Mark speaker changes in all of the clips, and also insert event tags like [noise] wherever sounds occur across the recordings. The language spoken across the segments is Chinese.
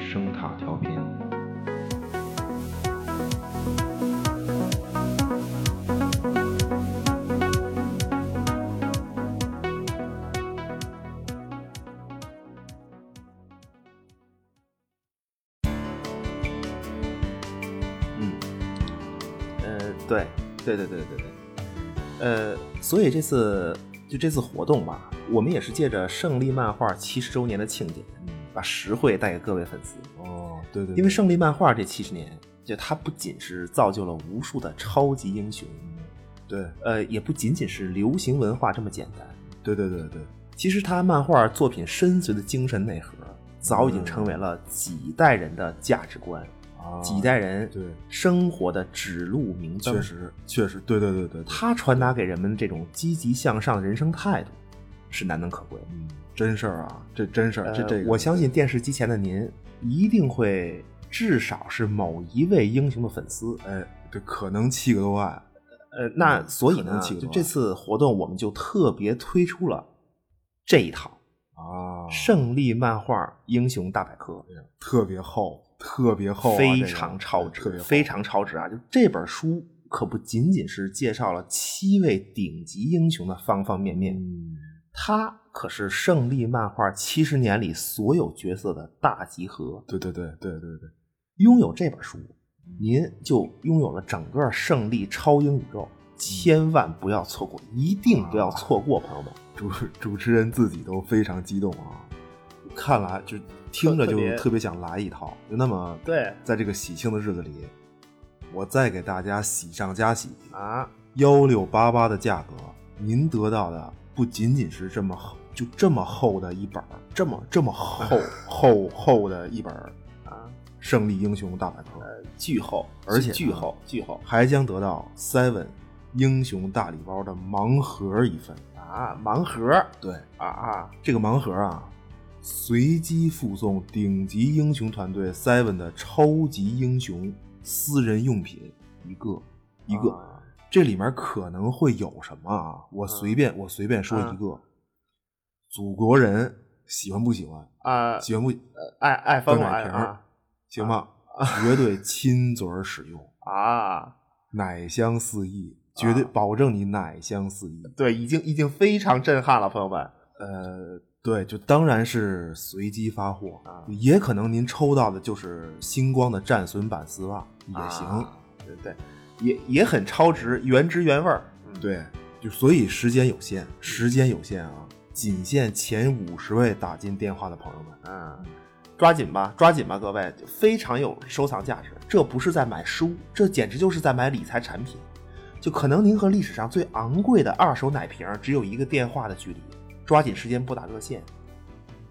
Speaker 1: 声塔调频。
Speaker 2: 嗯，呃，对，对对对对对，呃，所以这次就这次活动吧，我们也是借着胜利漫画七十周年的庆典，把实惠带给各位粉丝。
Speaker 1: 哦，对对
Speaker 2: 因为胜利漫画这七十年，就它不仅是造就了无数的超级英雄，
Speaker 1: 对
Speaker 2: 呃，也不仅仅是流行文化这么简单。
Speaker 1: 对对对对，
Speaker 2: 其实它漫画作品深邃的精神内核，早已经成为了几代人的价值观，
Speaker 1: 嗯啊，
Speaker 2: 几代人
Speaker 1: 对
Speaker 2: 生活的指路明灯。
Speaker 1: 确实确实，对对对对对，
Speaker 2: 他传达给人们这种积极向上的人生态度，是难能可贵的。
Speaker 1: 嗯，真事儿啊，这真事儿，这
Speaker 2: 呃
Speaker 1: 这个，
Speaker 2: 我相信电视机前的您一定会至少是某一位英雄的粉丝。
Speaker 1: 哎，这可能七个多万，
Speaker 2: 呃，那所以
Speaker 1: 嗯可能
Speaker 2: 呢，
Speaker 1: 性
Speaker 2: 就
Speaker 1: 吧
Speaker 2: 这次活动我们就特别推出了这一套
Speaker 1: 啊，
Speaker 2: 《胜利漫画英雄大百科
Speaker 1: 哎呀特别厚，特别厚啊，》，
Speaker 2: 非
Speaker 1: 这个
Speaker 2: 常超
Speaker 1: 特
Speaker 2: 值
Speaker 1: 别，厚
Speaker 2: 非常超值啊！就这本书可不仅仅是介绍了七位顶级英雄的方方面面。
Speaker 1: 嗯，
Speaker 2: 它可是胜利漫画七十年里所有角色的大集合。
Speaker 1: 对对对对对对，
Speaker 2: 拥有这本书，您就拥有了整个胜利超英宇宙，千万不要错过，一定不要错过，朋友们！
Speaker 1: 主主持人自己都非常激动啊，看来就听着
Speaker 2: 特
Speaker 1: 就
Speaker 2: 别
Speaker 1: 特别想来一套。那么，
Speaker 2: 对
Speaker 1: 在这个喜庆的日子里，我再给大家喜上加喜，
Speaker 2: 啊，
Speaker 1: 幺六八八的价格，您得到的不仅仅是这么厚，就这么厚的一本儿，这么这么
Speaker 2: [laughs]
Speaker 1: 厚厚厚的一本
Speaker 2: 啊，
Speaker 1: 胜利英雄大百科，
Speaker 2: 巨厚，啊
Speaker 1: 而且呢
Speaker 2: 巨厚，巨厚
Speaker 1: 还将得到 Seven 英雄大礼包的盲盒一份。
Speaker 2: 啊！盲盒
Speaker 1: 对，
Speaker 2: 啊啊，
Speaker 1: 这个盲盒啊，随机附送顶级英雄团队 Seven 的超级英雄私人用品一个一个。
Speaker 2: 啊
Speaker 1: 这里面可能会有什么啊？我随便、我随便说一个，祖国人喜欢不喜欢？
Speaker 2: 啊，
Speaker 1: 喜欢不
Speaker 2: 爱爱
Speaker 1: 邓
Speaker 2: 翻我
Speaker 1: 奶
Speaker 2: 爱
Speaker 1: 瓶儿
Speaker 2: 啊
Speaker 1: 行吧？ [laughs] 绝对亲嘴儿使用，
Speaker 2: 啊！
Speaker 1: 奶香四溢，绝对
Speaker 2: 啊
Speaker 1: 保证你奶香四溢。
Speaker 2: 对，已经已经非常震撼了，朋友们。
Speaker 1: 呃，对，就当然是随机发货
Speaker 2: 啊
Speaker 1: 也可能您抽到的就是星光的战损版丝袜也行。
Speaker 2: 啊对对，也也很超值，原汁原味儿。嗯，
Speaker 1: 对，就所以时间有限，时间有限啊，仅限前五十位打进电话的朋友们。
Speaker 2: 嗯，抓紧吧，抓紧吧，各位，非常有收藏价值。这不是在买书，这简直就是在买理财产品。就可能您和历史上最昂贵的二手奶瓶儿只有一个电话的距离，抓紧时间拨打热线。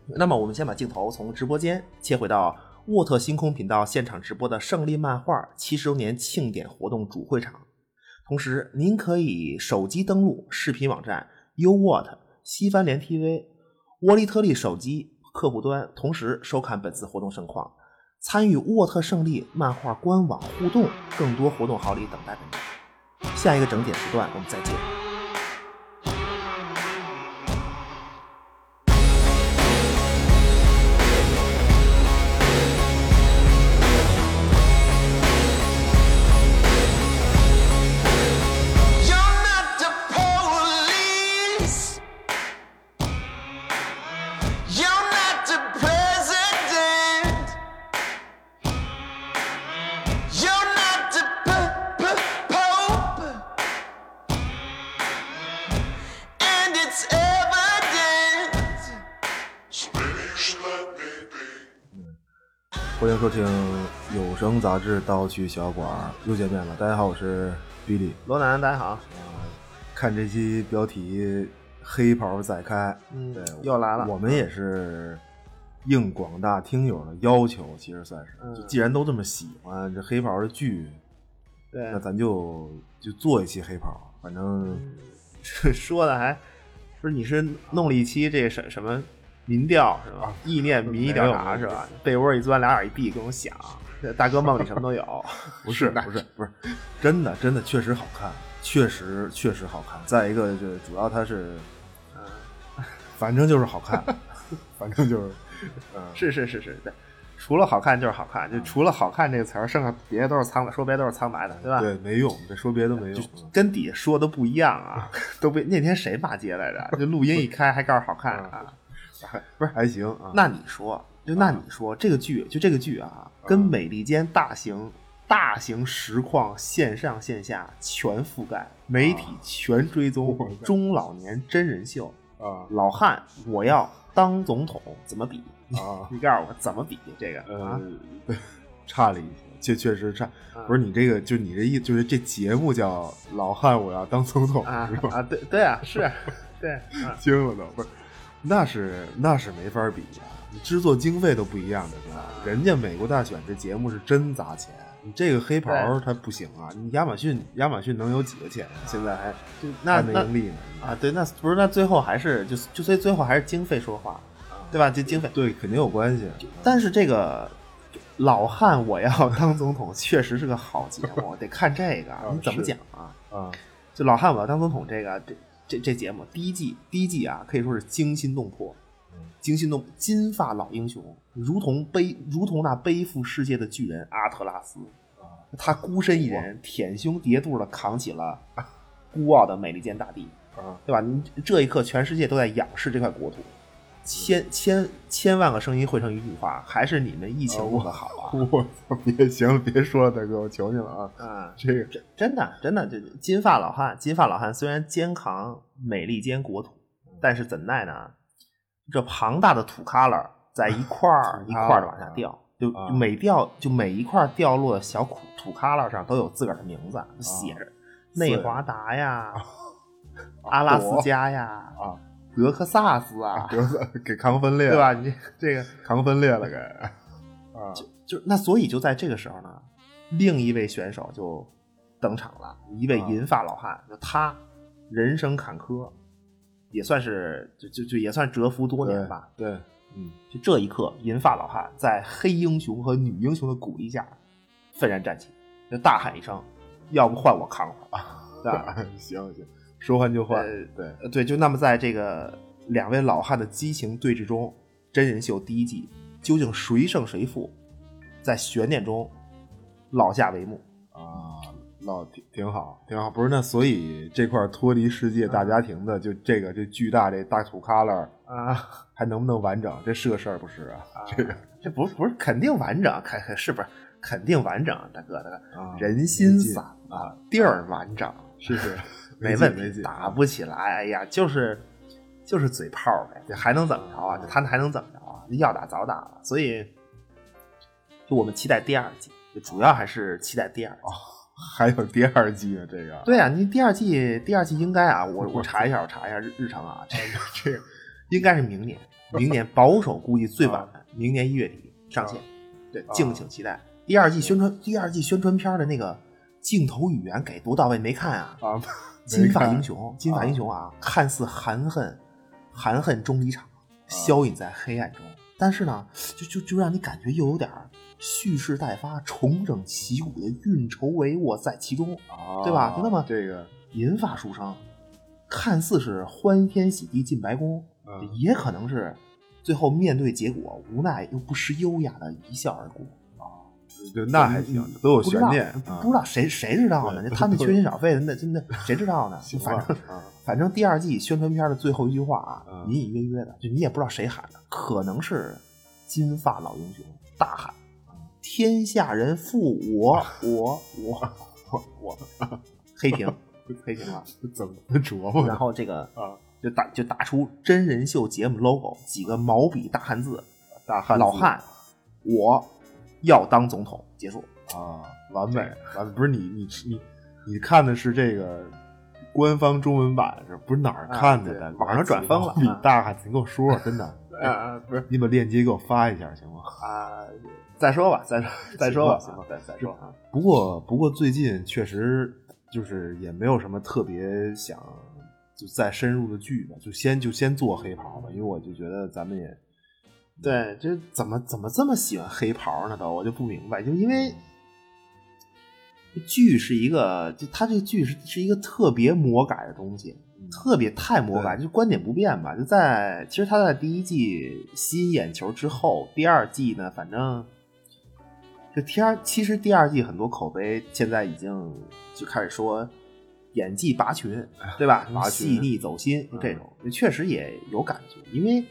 Speaker 2: 那么，我们先把镜头从直播间切回到沃特星空频道现场直播的胜利漫画七十周年庆典活动主会场。同时，您可以手机登录视频网站 uwhat 西番联 TV 沃利特利手机客户端，同时收看本次活动盛况，参与沃特胜利漫画官网互动，更多活动好礼等待本您。下一个整点时段我们再见。
Speaker 3: You're not the police. You're not the president. You're not the p- p- pope. And it's evident. Spanish let me be.
Speaker 1: 欢迎收听有声杂志《盗趣小馆》，又见面了。大家好，我是 Billy。
Speaker 2: 罗南，大家好，
Speaker 1: 看这期标题“黑袍再开”，
Speaker 2: 嗯
Speaker 1: 对，
Speaker 2: 又来了
Speaker 1: 我们也是应广大听友的要求，其实算是，
Speaker 2: 嗯
Speaker 1: 就既然都这么喜欢这黑袍的剧，
Speaker 2: 对 [laughs]
Speaker 1: 那咱就就做一期黑袍。反正
Speaker 2: 嗯说的还不是你是弄了一期这什什么民调是吧？意念民意调查是吧？被窝一钻，俩眼一闭，跟我 [laughs] 想，大哥梦里什么都有。
Speaker 1: 不是不是不是，真的真的确实好看，确实确实好看。再一个就是主要它是，
Speaker 2: [laughs]
Speaker 1: 反正就是好看，反正就是，嗯、
Speaker 2: 是是是是，对，除了好看就是好看，就除了好看这个词儿，剩下别的都是苍白，说别的都是苍白的，
Speaker 1: 嗯
Speaker 2: 对吧？
Speaker 4: 对，没用，这说别的没用。
Speaker 2: 跟底下说的不一样
Speaker 4: [laughs]
Speaker 2: 啊，都被那天谁骂街来着？就录音一开还告诉好看
Speaker 4: [laughs]
Speaker 2: 啊，不是？
Speaker 4: 还行
Speaker 1: 嗯
Speaker 4: 啊，
Speaker 2: 那你说，就那你说这个剧，就这个剧啊，跟美利坚大型大型实况线上线下全覆盖，媒体全追踪
Speaker 4: 我靠，
Speaker 2: 中老年真人秀，
Speaker 4: 啊
Speaker 2: 老汉我要当总统怎么比？
Speaker 4: 啊，
Speaker 2: 你告诉我怎么比这个啊
Speaker 4: 呃？， [laughs] 差了一些，确确实差。不是你这个，就你这意，就是这节目叫《老汉我要当总统》
Speaker 2: 啊
Speaker 4: [laughs] 是吧？
Speaker 2: 啊，对对啊，是，
Speaker 4: [laughs]
Speaker 2: 对，啊
Speaker 4: 惊了都，不是，那是那是没法比啊，你制作经费都不一样的是
Speaker 2: 啊
Speaker 4: 吧？人家美国大选这节目是真砸钱，你这个黑袍
Speaker 2: 对
Speaker 4: 它不行啊，你亚马逊亚马逊能有几个钱啊？现在还
Speaker 2: 就那
Speaker 4: 还没
Speaker 2: 那
Speaker 4: 盈利呢
Speaker 2: 啊，对，那不是那最后还是就就所以最后还是经费说话，对吧？就经费，
Speaker 4: 对，肯定有关系。啊
Speaker 2: 但是这个老汉我要当总统确实是个好节目，得看这个你怎么
Speaker 4: 是
Speaker 2: 讲啊？
Speaker 4: 啊，
Speaker 2: 就老汉我要当总统这个这这这节目第一季第一季啊，可以说是惊心动魄
Speaker 4: 嗯，
Speaker 2: 惊心动金发老英雄，如同背如同那背负世界的巨人阿特拉斯，
Speaker 4: 啊
Speaker 2: 他孤身一人，舔胸叠肚的扛起了 [laughs] 孤傲的美利坚大地
Speaker 4: 啊，
Speaker 2: 对吧？你这一刻，全世界都在仰视这块国土。千千千万个声音汇成一句话，还是你们疫情
Speaker 4: 啊
Speaker 2: 做得好
Speaker 4: 我操！别行了，别说了，大哥，我求你了啊！
Speaker 2: 啊！啊，
Speaker 4: 这个
Speaker 2: 真真的真的，就金发老汉，金发老汉虽然肩扛美利坚国土，但是怎奈呢？这庞大的土旮旯在一块儿啊一
Speaker 4: 土旮旯
Speaker 2: 块儿的往下掉，就
Speaker 4: 啊
Speaker 2: 就每掉就每一块掉落的小土土旮旯上都有自个儿的名字，就写着内华达呀、阿拉斯加呀、
Speaker 4: 啊
Speaker 2: 德克萨斯啊，
Speaker 4: 得瑟给扛分裂了，
Speaker 2: 对吧？你这这个
Speaker 4: 扛分裂了给啊
Speaker 2: 就那所以就在这个时候呢，另一位选手就登场了，一位
Speaker 4: 啊
Speaker 2: 银发老汉，就他人生坎坷，也算是就就就也算蛰伏多年吧。
Speaker 4: 对，嗯
Speaker 2: 就这一刻，银发老汉在黑英雄和女英雄的鼓励下，愤然站起，就大喊一声：“要不换我扛会儿吧？”对 [laughs] 吧？
Speaker 4: 行行，说换就换
Speaker 2: 呃，
Speaker 4: 对，
Speaker 2: 呃对，就那么在这个两位老汉的激情对峙中，真人秀第一季究竟谁胜谁负，在悬念中落下帷幕。
Speaker 4: 啊，老挺挺好，挺好。不是那，所以这块脱离世界
Speaker 2: 嗯
Speaker 4: 大家庭的，就这个这巨大这大土旮旯
Speaker 2: 啊， [laughs]
Speaker 4: 还能不能完整？这是个事儿不是啊？
Speaker 2: 这个这不不是肯定完整，肯肯是不是肯定完整，大哥大哥，
Speaker 4: 啊
Speaker 2: 人心
Speaker 4: 没劲
Speaker 2: 散啊，地儿完整，
Speaker 4: 是 [laughs] 是，
Speaker 2: 没
Speaker 4: 劲
Speaker 2: 问
Speaker 4: 没
Speaker 2: 题，
Speaker 4: 劲
Speaker 2: 打不起来。哎呀，就是就是嘴炮呗，这还能怎么着啊？这他还能怎么着啊？要打早打了，所以就我们期待第二季，就主要还是期待第二季。
Speaker 4: 哦还有第二季呢，这个
Speaker 2: 对啊，你第二季第二季应该啊，我我查一下，我查一下日日程啊，这个这个应该是明年，明年保守估计最晚
Speaker 4: 啊
Speaker 2: 明年一月底上线，对，敬请期待。第二季宣传第二季宣传片的那个镜头语言给多到位，没看啊？
Speaker 4: 啊，
Speaker 2: 金发
Speaker 4: 看
Speaker 2: 英雄，金发英雄啊，看似含恨，含恨终离场，
Speaker 4: 啊
Speaker 2: 消隐在黑暗中，但是呢，就就就让你感觉又有点儿蓄势待发、重整旗鼓的运筹帷幄在其中。
Speaker 4: 啊
Speaker 2: 对吧那么
Speaker 4: 这个
Speaker 2: 银发书生，看似是欢天喜地进白宫，
Speaker 4: 嗯
Speaker 2: 也可能是最后面对结果无奈又不失优雅的一笑而过。
Speaker 4: 啊就那还
Speaker 2: 嗯
Speaker 4: 行
Speaker 2: 嗯，
Speaker 4: 都有
Speaker 2: 不知
Speaker 4: 悬
Speaker 2: 道
Speaker 4: 念，
Speaker 2: 不
Speaker 4: 啊
Speaker 2: 不知道谁谁知道呢？
Speaker 4: 对
Speaker 2: 那他们缺心少肺的，那真的谁知道呢？
Speaker 4: [laughs] 行吧
Speaker 2: 反正
Speaker 4: 啊
Speaker 2: 反正第二季宣传片的最后一句话啊，
Speaker 4: 嗯
Speaker 2: 隐隐约约的，就你也不知道谁喊的，可能是金发老英雄大喊：“天下人负我，我我我我！”黑屏，黑屏
Speaker 4: [laughs]
Speaker 2: 了。
Speaker 4: 怎么琢磨
Speaker 2: 然
Speaker 4: 的
Speaker 2: 后这个
Speaker 4: 啊？
Speaker 2: 就打就打出真人秀节目 logo 几个毛笔大汉字，
Speaker 4: 大汉
Speaker 2: 老
Speaker 4: 字
Speaker 2: 汉，我要当总统，结束。
Speaker 4: 啊，完美，完美。不是你你你你看的是这个官方中文版是不是哪儿看的
Speaker 2: 啊
Speaker 4: 的
Speaker 2: 对？网上转疯了
Speaker 4: 你
Speaker 2: 啊
Speaker 4: 大汉，你跟我说说，真的，
Speaker 2: 啊，不是
Speaker 4: 你把链接给我发一下行吗？
Speaker 2: 啊，再说吧，再说 [laughs] 再说吧，
Speaker 4: 行吧
Speaker 2: 啊再再说啊。
Speaker 4: 不过不过最近确实就是也没有什么特别想就再深入的剧吧，就先就先做黑袍吧，因为我就觉得咱们也
Speaker 2: 对，这怎么怎么这么喜欢黑袍呢？都我就不明白，就因为剧是一个，就它这剧是是一个特别魔改的东西，特别太魔改，就观点不变吧。就在其实它在第一季吸引眼球之后，第二季呢，反正这第二，其实第二季很多口碑现在已经就开始说演技拔群，对吧？
Speaker 4: 哎拔群
Speaker 2: 细腻走心
Speaker 4: 嗯
Speaker 2: 这种，确实也有感觉，因为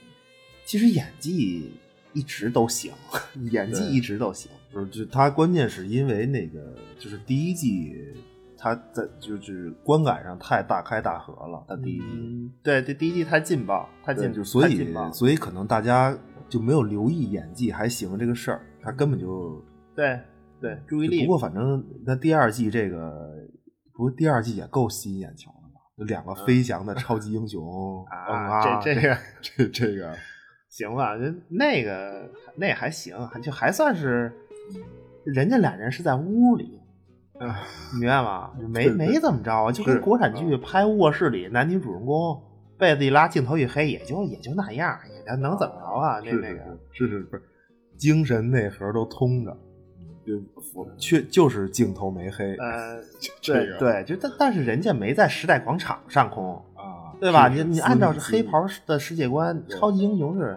Speaker 2: 其实演技一直都行， [laughs] 演技
Speaker 4: 对
Speaker 2: 一直都行。
Speaker 4: 就是就它关键是因为那个就是第一季，它在就是观感上太大开大合了，它第一季，
Speaker 2: 嗯，对，这第一季太劲爆，太
Speaker 4: 对
Speaker 2: 劲，
Speaker 4: 就所
Speaker 2: 太
Speaker 4: 以
Speaker 2: 劲爆
Speaker 4: 所以可能大家就没有留意演技还行这个事儿，他根本就
Speaker 2: 对对，注意力
Speaker 4: 不过反正那第二季这个，不过第二季也够吸引眼球的吧？就两个飞翔的超级英雄
Speaker 2: 嗯啊
Speaker 4: 嗯
Speaker 2: 这这个
Speaker 4: [laughs] 这这个
Speaker 2: 行吧，就那个那还行，还就还算是，人家俩人是在屋里，
Speaker 4: 啊
Speaker 2: 你明白
Speaker 4: [laughs]
Speaker 2: 吗？就没
Speaker 4: 对对
Speaker 2: 没怎么着啊，就跟
Speaker 4: 是
Speaker 2: 国产剧拍卧室里男女主人公被子一拉，镜头一黑，也就也就那样，也就能怎么着啊？那
Speaker 4: 是
Speaker 2: 那个，
Speaker 4: 是是是不是精神内核都通着，就我确就是镜头没黑
Speaker 2: 呃，
Speaker 4: 这
Speaker 2: 对
Speaker 4: 个
Speaker 2: 对，就但但是人家没在时代广场上空，
Speaker 4: 啊，
Speaker 2: 对吧？
Speaker 4: 是
Speaker 2: 你
Speaker 4: 是
Speaker 2: 你
Speaker 4: 私
Speaker 2: 按照
Speaker 4: 密私
Speaker 2: 黑
Speaker 4: 密
Speaker 2: 袍的世界观，
Speaker 4: 对
Speaker 2: 超级英雄是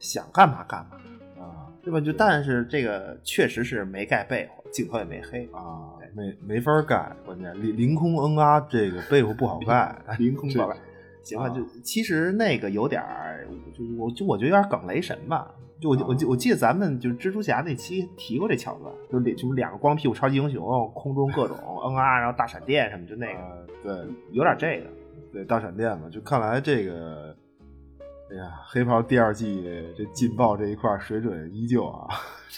Speaker 2: 想干嘛干嘛，
Speaker 4: 啊
Speaker 2: 对吧？就但是这个确实是没盖被子，镜头也没黑。
Speaker 4: 啊，没没法盖，关键凌凌空嗯啊，这个被窝不好盖，
Speaker 2: 凌空
Speaker 4: 这
Speaker 2: 宝贝。哎行吧，
Speaker 4: 啊
Speaker 2: 就其实那个有点儿，就我就我觉得有点梗雷神吧。就我
Speaker 4: 啊
Speaker 2: 我记我记得咱们就是蜘蛛侠那期提过这桥段，就两就两个光屁股超级英雄，空中各种嗯啊，然后大闪电什么，就那个
Speaker 4: 呃对
Speaker 2: 有点这个。
Speaker 4: 对大闪电嘛，就看来这个。哎呀，黑袍第二季这劲爆这一块水准依旧啊，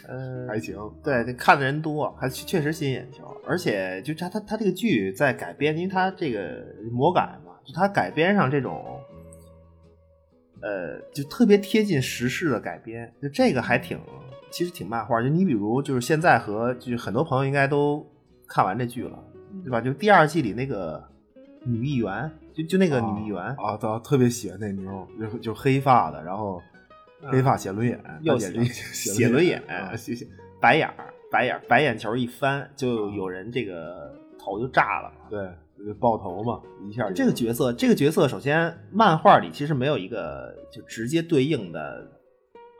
Speaker 2: 呃，
Speaker 4: 还行。
Speaker 2: 对，这看的人多，还确确实吸引眼球。而且就他他他这个剧在改编，因为他这个魔改嘛，就他改编上这种，呃，就特别贴近时事的改编，就这个还挺，其实挺漫画。就你比如就是现在和就是很多朋友应该都看完这剧了，对吧？就第二季里那个女议员，就就那个女议员，
Speaker 4: 啊，他特别喜欢那妞，就就黑发的，然后黑发写轮眼，
Speaker 2: 嗯又
Speaker 4: 写
Speaker 2: 写
Speaker 4: 轮
Speaker 2: 写轮眼，
Speaker 4: 啊
Speaker 2: 写写白眼儿，白眼儿，白眼球一翻，就有人这个头就炸了。
Speaker 4: 对，就爆头嘛，一下就
Speaker 2: 这个角色，这个角色，首先漫画里其实没有一个就直接对应的，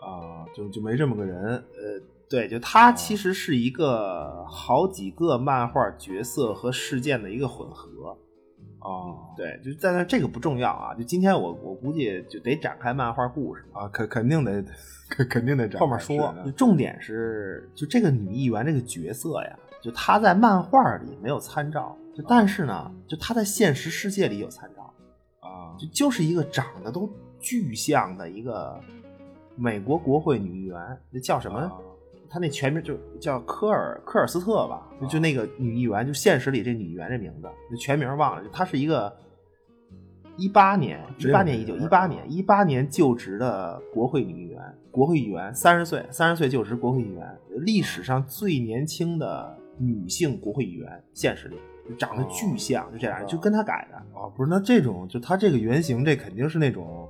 Speaker 2: 呃
Speaker 4: 啊，就就没这么个人，哦
Speaker 2: 对，就他其实是一个好几个漫画角色和事件的一个混合。
Speaker 4: 啊
Speaker 2: 对，就但是这个不重要啊，就今天我我估计就得展开漫画故事。
Speaker 4: 啊，肯肯定得 [laughs] 肯肯定得展开
Speaker 2: 后面说，就重点是，就这个女议员这个角色呀，就她在漫画里没有参照，就但是呢，就她在现实世界里有参照，
Speaker 4: 啊
Speaker 2: 就就是一个长得都巨像的一个美国国会女议员，那叫什么
Speaker 4: 啊？
Speaker 2: 她那全名就叫科尔科尔斯特吧，就
Speaker 4: 啊
Speaker 2: 就那个女议员，就现实里这女议员这名字，就全名忘了，就她是一个。一八年，一
Speaker 4: 只有
Speaker 2: 八
Speaker 4: 这
Speaker 2: 年，一九
Speaker 4: 人
Speaker 2: 一八年，一八年就职的国会女议员，国会议员三十岁，三十岁就职国会议员，历史上最年轻的女性国会议员，现实里就长得巨像，就这样，
Speaker 4: 哦
Speaker 2: 就跟她改的。
Speaker 4: 啊，不是，那这种就他这个原型，这肯定是那种，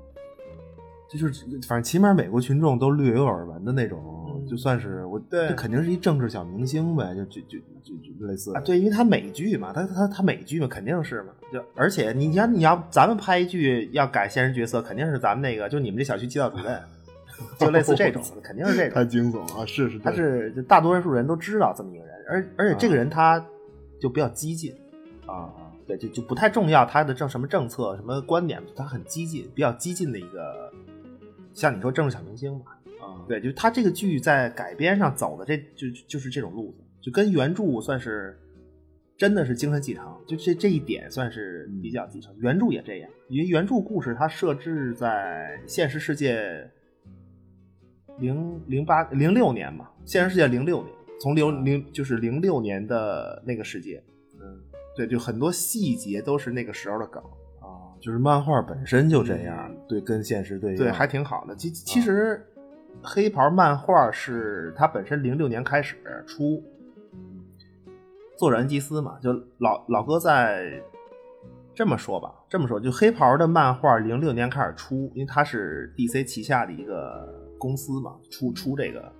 Speaker 4: 就是反正起码美国群众都略有耳闻的那种，
Speaker 2: 嗯
Speaker 4: 就算是我，
Speaker 2: 对
Speaker 4: 这肯定是一政治小明星呗，就就就就就类似
Speaker 2: 啊，对，因为它美剧嘛，它它它美剧嘛，肯定是嘛。就而且你要你要咱们拍一剧要改现实角色，肯定是咱们那个就你们这小区街道主任，就类似这种，肯定是这
Speaker 4: 太
Speaker 2: 种。
Speaker 4: 惊悚啊，是是，
Speaker 2: 他是就大多数人都知道这么一个人，而而且这个人他就比较激进，
Speaker 4: 啊
Speaker 2: 对，就就不太重要他的政什么政策什么观点，他很激进，比较激进的一个，像你说政治小明星嘛，
Speaker 4: 啊
Speaker 2: 对，就是他这个剧在改编上走的这就就是这种路子，就跟原著算是真的是精神继承，就这这一点算是比
Speaker 4: 嗯
Speaker 2: 较继承。原著也这样，因为原著故事它设置在现实世界零零八零六年嘛，现实世界零六年，从零零就是零六年的那个世界，嗯，对，就很多细节都是那个时候的梗。
Speaker 4: 啊，就是漫画本身就这样
Speaker 2: 嗯，
Speaker 4: 对，跟现实对应，
Speaker 2: 对，还挺好的。其其
Speaker 4: 啊
Speaker 2: 实，黑袍漫画是它本身零六年开始出，作者恩基斯嘛，就老老哥在这么说吧，这么说就黑袍的漫画零六年开始出，因为它是 DC 旗下的一个公司嘛，出出这个，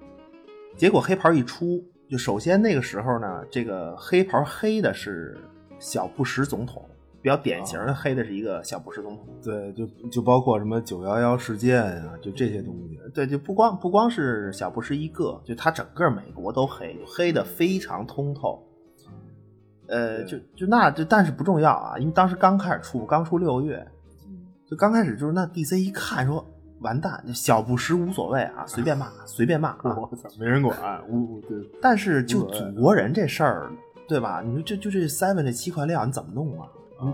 Speaker 2: 结果黑袍一出，就首先那个时候呢，这个黑袍黑的是小布什总统。比较典型的黑的是一个小布什总统。
Speaker 4: 对，啊就就包括什么九幺幺事件啊，就这些东 [laughs] 西。
Speaker 2: 对，就不光不光是小布什一个，就他整个美国都黑，黑的非常通透。呃，就就那就但是不重要啊，因为当时刚开始出，刚出六月，
Speaker 4: 嗯
Speaker 2: 就刚开始就是那 DC 一看说完蛋，就小布什无所谓啊，随便骂随便骂啊，
Speaker 4: 我操，没人管，呜、对，
Speaker 2: 但是就
Speaker 4: 无所谓
Speaker 2: 祖国人这事儿，对吧？你说这就这 seven 这七块料，你怎么弄啊？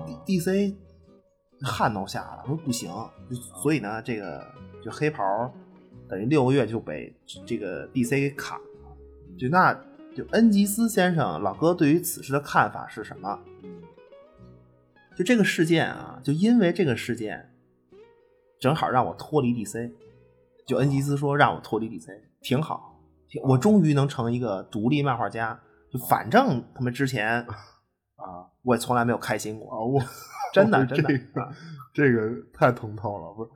Speaker 2: 你 D DC 汗都下了，说不行，
Speaker 4: 啊
Speaker 2: 就所以呢，这个就黑袍等于六个月就被这个 DC 给砍了。就那就恩吉斯先生老哥对于此事的看法是什么？就这个事件啊，就因为这个事件，正好让我脱离 DC。就恩吉斯说让我脱离 DC，挺好，挺我终于能成一个独立漫画家。就反正他们之前
Speaker 4: 啊
Speaker 2: 我也从来没有开心过
Speaker 4: 啊，，我
Speaker 2: 真的
Speaker 4: 我
Speaker 2: 真的啊
Speaker 4: 这个啊这个太通透了，不是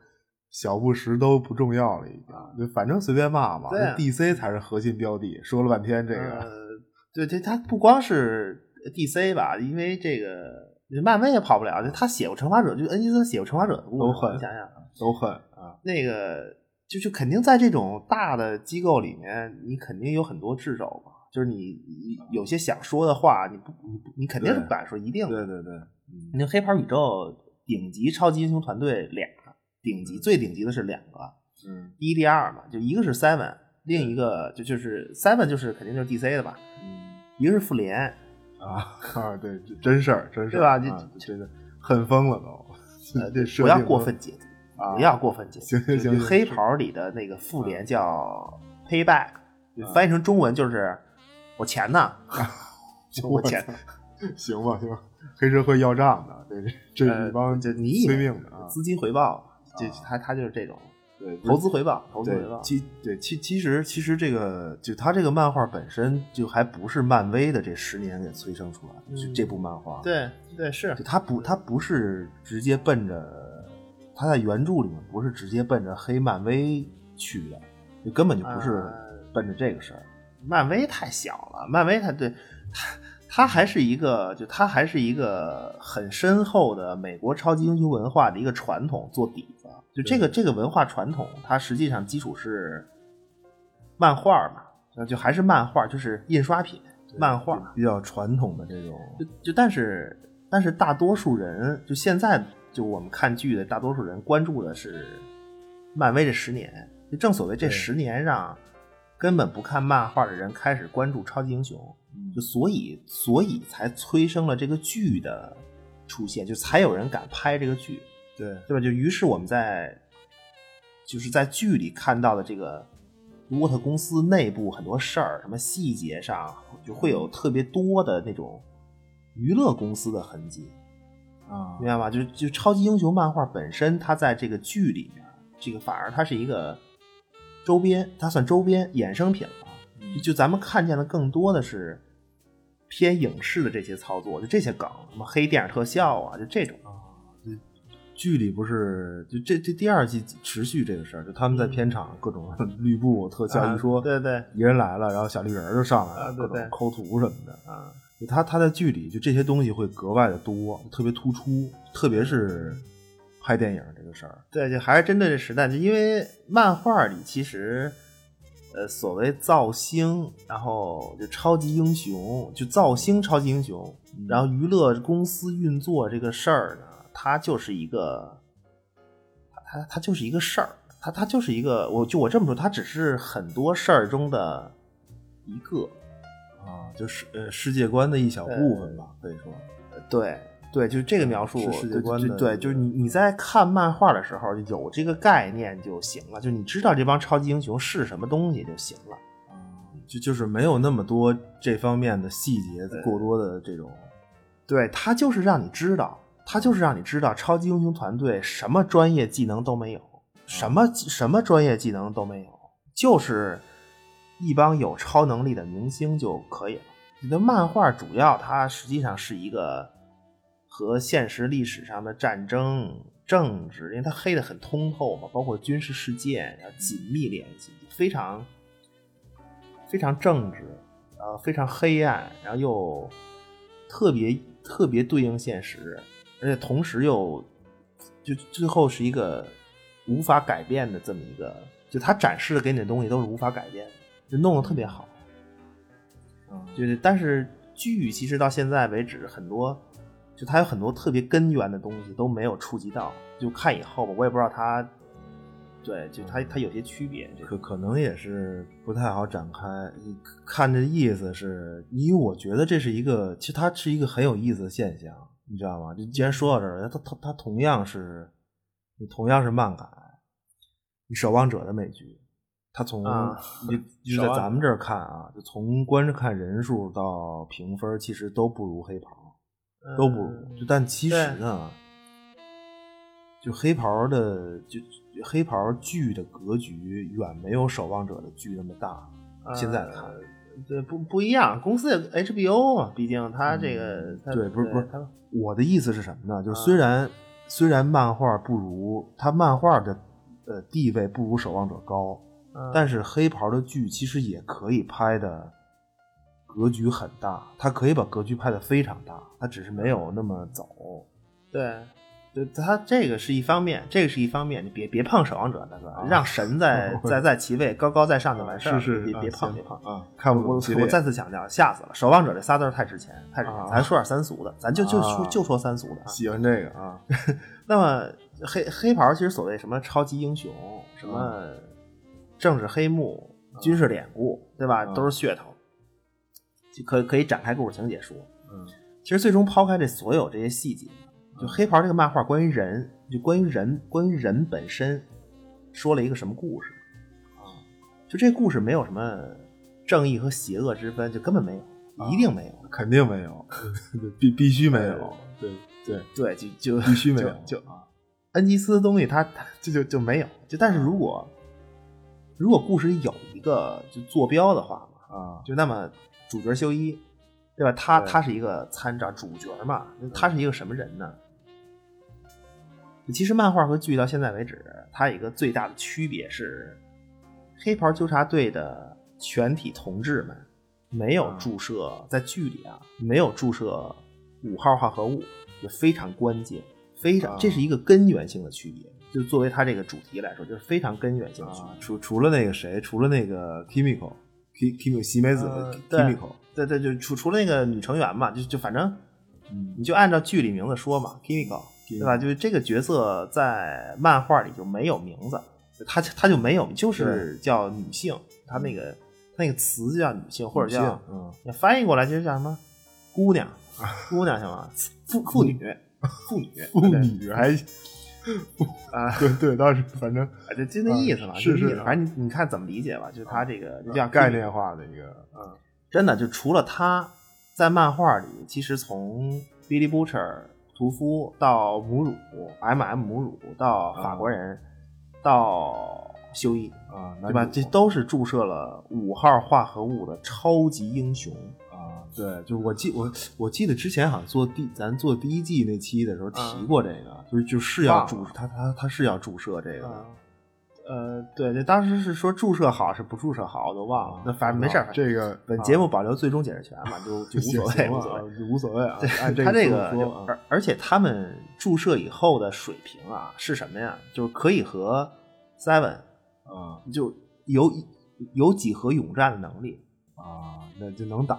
Speaker 4: 小布什都不重要了，已经，就反正随便骂嘛。
Speaker 2: 对啊
Speaker 4: 那 DC 才是核心标的，说了半天这
Speaker 2: 呃
Speaker 4: 个，，
Speaker 2: 对对，他不光是 DC 吧，因为这个漫威也跑不了，就他写过《惩罚者》，就恩吉斯写过《惩罚者》的故
Speaker 4: 都
Speaker 2: 事，
Speaker 4: 恨
Speaker 2: 你想想，
Speaker 4: 都恨啊，
Speaker 2: 那个就就肯定在这种大的机构里面，你肯定有很多掣肘嘛，就是你你有些想说的话，你不你不你肯定是不敢说，一
Speaker 4: [laughs]
Speaker 2: 定的
Speaker 4: 对对对，嗯
Speaker 2: 你那黑袍宇宙顶级超级英雄团队俩，顶级最顶级的是两个，
Speaker 4: 嗯
Speaker 2: 第一第二嘛，就一个是 Seven，另一个就就是 Seven 就是肯定就是 DC 的吧，
Speaker 4: 嗯
Speaker 2: 一个是复联，
Speaker 4: 啊啊，对，这真事儿真事
Speaker 2: 对
Speaker 4: 儿，
Speaker 2: 吧这
Speaker 4: 啊真的恨疯了都，
Speaker 2: 呃
Speaker 4: [laughs] 这
Speaker 2: 不
Speaker 4: 设定
Speaker 2: 要
Speaker 4: 都
Speaker 2: 过分解读，
Speaker 4: 啊，
Speaker 2: 不要过分解读。
Speaker 4: 行行
Speaker 2: 就
Speaker 4: 行嗯
Speaker 2: 就黑袍里的那个复联叫 Payback，就翻译成中文就是我钱
Speaker 4: [laughs]
Speaker 2: 呢，我钱，
Speaker 4: 行吧行吧，黑社会要账的，这这这
Speaker 2: 呃
Speaker 4: 一帮
Speaker 2: 就你以
Speaker 4: 催
Speaker 2: 为
Speaker 4: 命的啊，
Speaker 2: 资金回报，就他他就是这种
Speaker 4: 对
Speaker 2: 投资回报，投资
Speaker 4: 对
Speaker 2: 回，报。
Speaker 4: 其对其其实其实这个就他这个漫画本身就还不是漫威的这十年给催生出来的，就
Speaker 2: 嗯
Speaker 4: 这部漫画，，
Speaker 2: 对对是
Speaker 4: 就他不他不是直接奔着他在原著里面不是直接奔着黑漫威去的，就根本就不是
Speaker 2: 呃
Speaker 4: 奔着这个事儿，
Speaker 2: 漫威太小了，漫威它对它它还是一个就它还是一个很深厚的美国超级英雄文化的一个传统做底子。就这个这个文化传统，它实际上基础是漫画嘛，那就还是漫画，就是印刷品漫画。
Speaker 4: 比较传统的这种，
Speaker 2: 就就但是但是大多数人就现在就我们看剧的大多数人关注的是漫威这十年，就正所谓这
Speaker 4: 对
Speaker 2: 十年让根本不看漫画的人开始关注超级英雄，就所以所以才催生了这个剧的出现，就才有人敢拍这个剧，
Speaker 4: 对
Speaker 2: 对吧？就于是我们在就是在剧里看到的这个沃特公司内部很多事儿，什么细节上就会有特别多的那种娱乐公司的痕迹，
Speaker 4: 啊
Speaker 2: 明白吧？就就超级英雄漫画本身，它在这个剧里面，这个反而它是一个周边，它算周边衍生品了。
Speaker 4: 嗯
Speaker 2: 就就咱们看见的更多的是偏影视的这些操作，就这些梗，什么黑电影特效啊，就这种。
Speaker 4: 剧里不是就这这第二季持续这个事儿，就他们在片场各种 [laughs] 绿布特效
Speaker 2: 嗯啊
Speaker 4: 一说，
Speaker 2: 对对
Speaker 4: 一人来了，然后小绿人儿就上来了，
Speaker 2: 啊对
Speaker 4: 各种
Speaker 2: 对
Speaker 4: 抠图什么的。
Speaker 2: 啊，
Speaker 4: 就他他在剧里就这些东西会格外的多，特别突出，特别是拍电影这个事儿。
Speaker 2: 对，就还是针对这时代，就因为漫画里其实，呃，所谓造星，然后就超级英雄，就造星超级英雄，然后娱乐公司运作这个事儿呢，它就是一个，它它它就是一个事儿，它它就是一个，我就我这么说，它只是很多事儿中的一个，
Speaker 4: 啊，就是呃世界观的一小部分吧，可以说。
Speaker 2: 对对，就是这个描述
Speaker 4: 是世界观
Speaker 2: 对
Speaker 4: 的
Speaker 2: 对，就是你你在看漫画的时候有这个概念就行了，就你知道这帮超级英雄是什么东西就行了。
Speaker 4: 就就是没有那么多这方面的细节，过多的这种
Speaker 2: 对，它就是让你知道，它就是让你知道超级英雄团队什么专业技能都没有，
Speaker 4: 啊
Speaker 2: 什么什么专业技能都没有，就是一帮有超能力的明星就可以了。你的漫画主要它实际上是一个和现实历史上的战争、政治，因为它黑的很通透嘛，包括军事事件然后紧密联系，非常非常正直，呃，非常黑暗，然后又特别特别对应现实，而且同时又就最后是一个无法改变的这么一个，就他展示的给你的东西都是无法改变的，就弄得特别好。就是但是剧其实到现在为止，很多就它有很多特别根源的东西都没有触及到，就看以后吧，我也不知道它，对，就它它有些区别。这个
Speaker 4: 可可能也是不太好展开。看这意思是，因为我觉得这是一个，其实它是一个很有意思的现象，你知道吗？就既然说到这儿了，它它它同样是，你同样是漫改，你《守望者》的美剧，它从、
Speaker 2: 啊
Speaker 4: 你就
Speaker 2: 守
Speaker 4: 在
Speaker 2: 望
Speaker 4: 咱们这儿看啊，就从观看人数到评分，其实都不如黑袍，
Speaker 2: 嗯
Speaker 4: 都不如。就但其实呢，就黑袍的就就黑袍剧的格局远没有守望者的剧那么大。
Speaker 2: 呃
Speaker 4: 现在看，
Speaker 2: 对不不一样，公司也 HBO 嘛，毕竟它这个
Speaker 4: 嗯
Speaker 2: 它
Speaker 4: 对不是不是
Speaker 2: 它
Speaker 4: 我的意思是什么呢？就是虽然、虽然漫画不如它漫画的呃地位不如守望者高，
Speaker 2: 嗯
Speaker 4: 但是黑袍的剧其实也可以拍的格局很大，它可以把格局拍的非常大，它只是没有那么走。
Speaker 2: 对。就它这个是一方面，这个是一方面，你别别碰守望者大哥，
Speaker 4: 啊
Speaker 2: 让神
Speaker 4: [laughs]
Speaker 2: 在在在其位，高高在上就完事儿了，别
Speaker 4: 啊
Speaker 2: 别碰
Speaker 4: 行
Speaker 2: 别碰。
Speaker 4: 啊！看
Speaker 2: 我
Speaker 4: 我
Speaker 2: 我再次强调，吓死了！守望者这仨字儿太值钱，太值钱。
Speaker 4: 啊
Speaker 2: 咱说点三俗的，咱就就
Speaker 4: 啊
Speaker 2: 说就说三俗的啊。
Speaker 4: 喜欢这个啊，
Speaker 2: 那么黑黑袍其实所谓什么超级英雄，什么
Speaker 4: 嗯
Speaker 2: 政治黑幕、军事典故，对吧？
Speaker 4: 嗯
Speaker 2: 都是噱头，就可可以展开故事情节说。
Speaker 4: 嗯，
Speaker 2: 其实最终抛开这所有这些细节，就黑袍这个漫画关于人，就关于人，关于人本身，说了一个什么故事
Speaker 4: 嗯
Speaker 2: 啊？就这故事没有什么正义和邪恶之分，就根本没有，
Speaker 4: 啊
Speaker 2: 一定没有。
Speaker 4: 肯定没有，必必须没有，对对，
Speaker 2: 对，就就
Speaker 4: 必须没有，
Speaker 2: 就就
Speaker 4: 啊，
Speaker 2: 恩吉斯的东西它，它就就就没有。就但是如果如果故事里有一个就坐标的话嘛，
Speaker 4: 啊
Speaker 2: 就那么主角修一，对吧？他
Speaker 4: 对
Speaker 2: 他是一个参照主角嘛，他是一个什么人呢？其实漫画和剧到现在为止，它有一个最大的区别是，黑袍纠察队的全体同志们没
Speaker 4: 嗯
Speaker 2: 有注射、在剧里啊，没有注射五号化合物，也非常关键，非常、
Speaker 4: 啊
Speaker 2: 这是一个根源性的区别。就作为它这个主题来说，就是非常根源性的区别。
Speaker 4: 啊，除除了那个谁，除了那个 Kimiko。Kim Kim 西梅子
Speaker 2: 呃对
Speaker 4: Kimiko，
Speaker 2: 对对，就除除了那个女成员嘛，就就反正
Speaker 4: 嗯
Speaker 2: 你就按照剧里名字说嘛，Kimiko，对吧？就是这个角色在漫画里就没有名字，她她就没有，就是叫女性，她那个她那个词就叫女性，或者
Speaker 4: 嗯女性
Speaker 2: 叫
Speaker 4: 嗯
Speaker 2: 你翻译过来就是叫什么姑
Speaker 4: [laughs]
Speaker 2: 娘，姑娘行吗？妇妇女，妇女，
Speaker 4: [laughs] 妇
Speaker 2: 对
Speaker 4: 女还
Speaker 2: [laughs] 啊，
Speaker 4: [laughs] 对对，
Speaker 2: [laughs]
Speaker 4: 当时反正
Speaker 2: 啊就就那意思嘛，
Speaker 4: 啊是
Speaker 2: 就那意
Speaker 4: 是啊
Speaker 2: 思反正你你看怎么理解吧，就她这个就叫
Speaker 4: 概念化的一个
Speaker 2: 真的就除了他，在漫画里，其实从 Billy Butcher 屠夫到母乳 M&M 母乳到法国人，到修一，
Speaker 4: 啊，
Speaker 2: 对吧？
Speaker 4: 男主
Speaker 2: 这都是注射了五号化合物的超级英雄。
Speaker 4: 啊，对，就我记我我记得之前好像做第咱做第一季那期的时候提
Speaker 2: 嗯
Speaker 4: 过这个，就是就是要
Speaker 2: 忘
Speaker 4: 注
Speaker 2: 了
Speaker 4: 他他他是要注射这个的，
Speaker 2: 呃，对，那当时是说注射好是不注射好，我都忘了。那反正没事儿，
Speaker 4: 啊这个
Speaker 2: 本节目保留最终解释权嘛，
Speaker 4: [laughs]
Speaker 2: 就就无所谓，无所谓。
Speaker 4: 谓，无所谓啊
Speaker 2: 对，
Speaker 4: 按
Speaker 2: 他这
Speaker 4: 这
Speaker 2: 个
Speaker 4: 说
Speaker 2: 就
Speaker 4: 啊
Speaker 2: 而而且他们注射以后的水平啊是什么呀？就是可以和 Seven
Speaker 4: 啊
Speaker 2: 就有有几何勇战的能力。
Speaker 4: 啊，那就能打，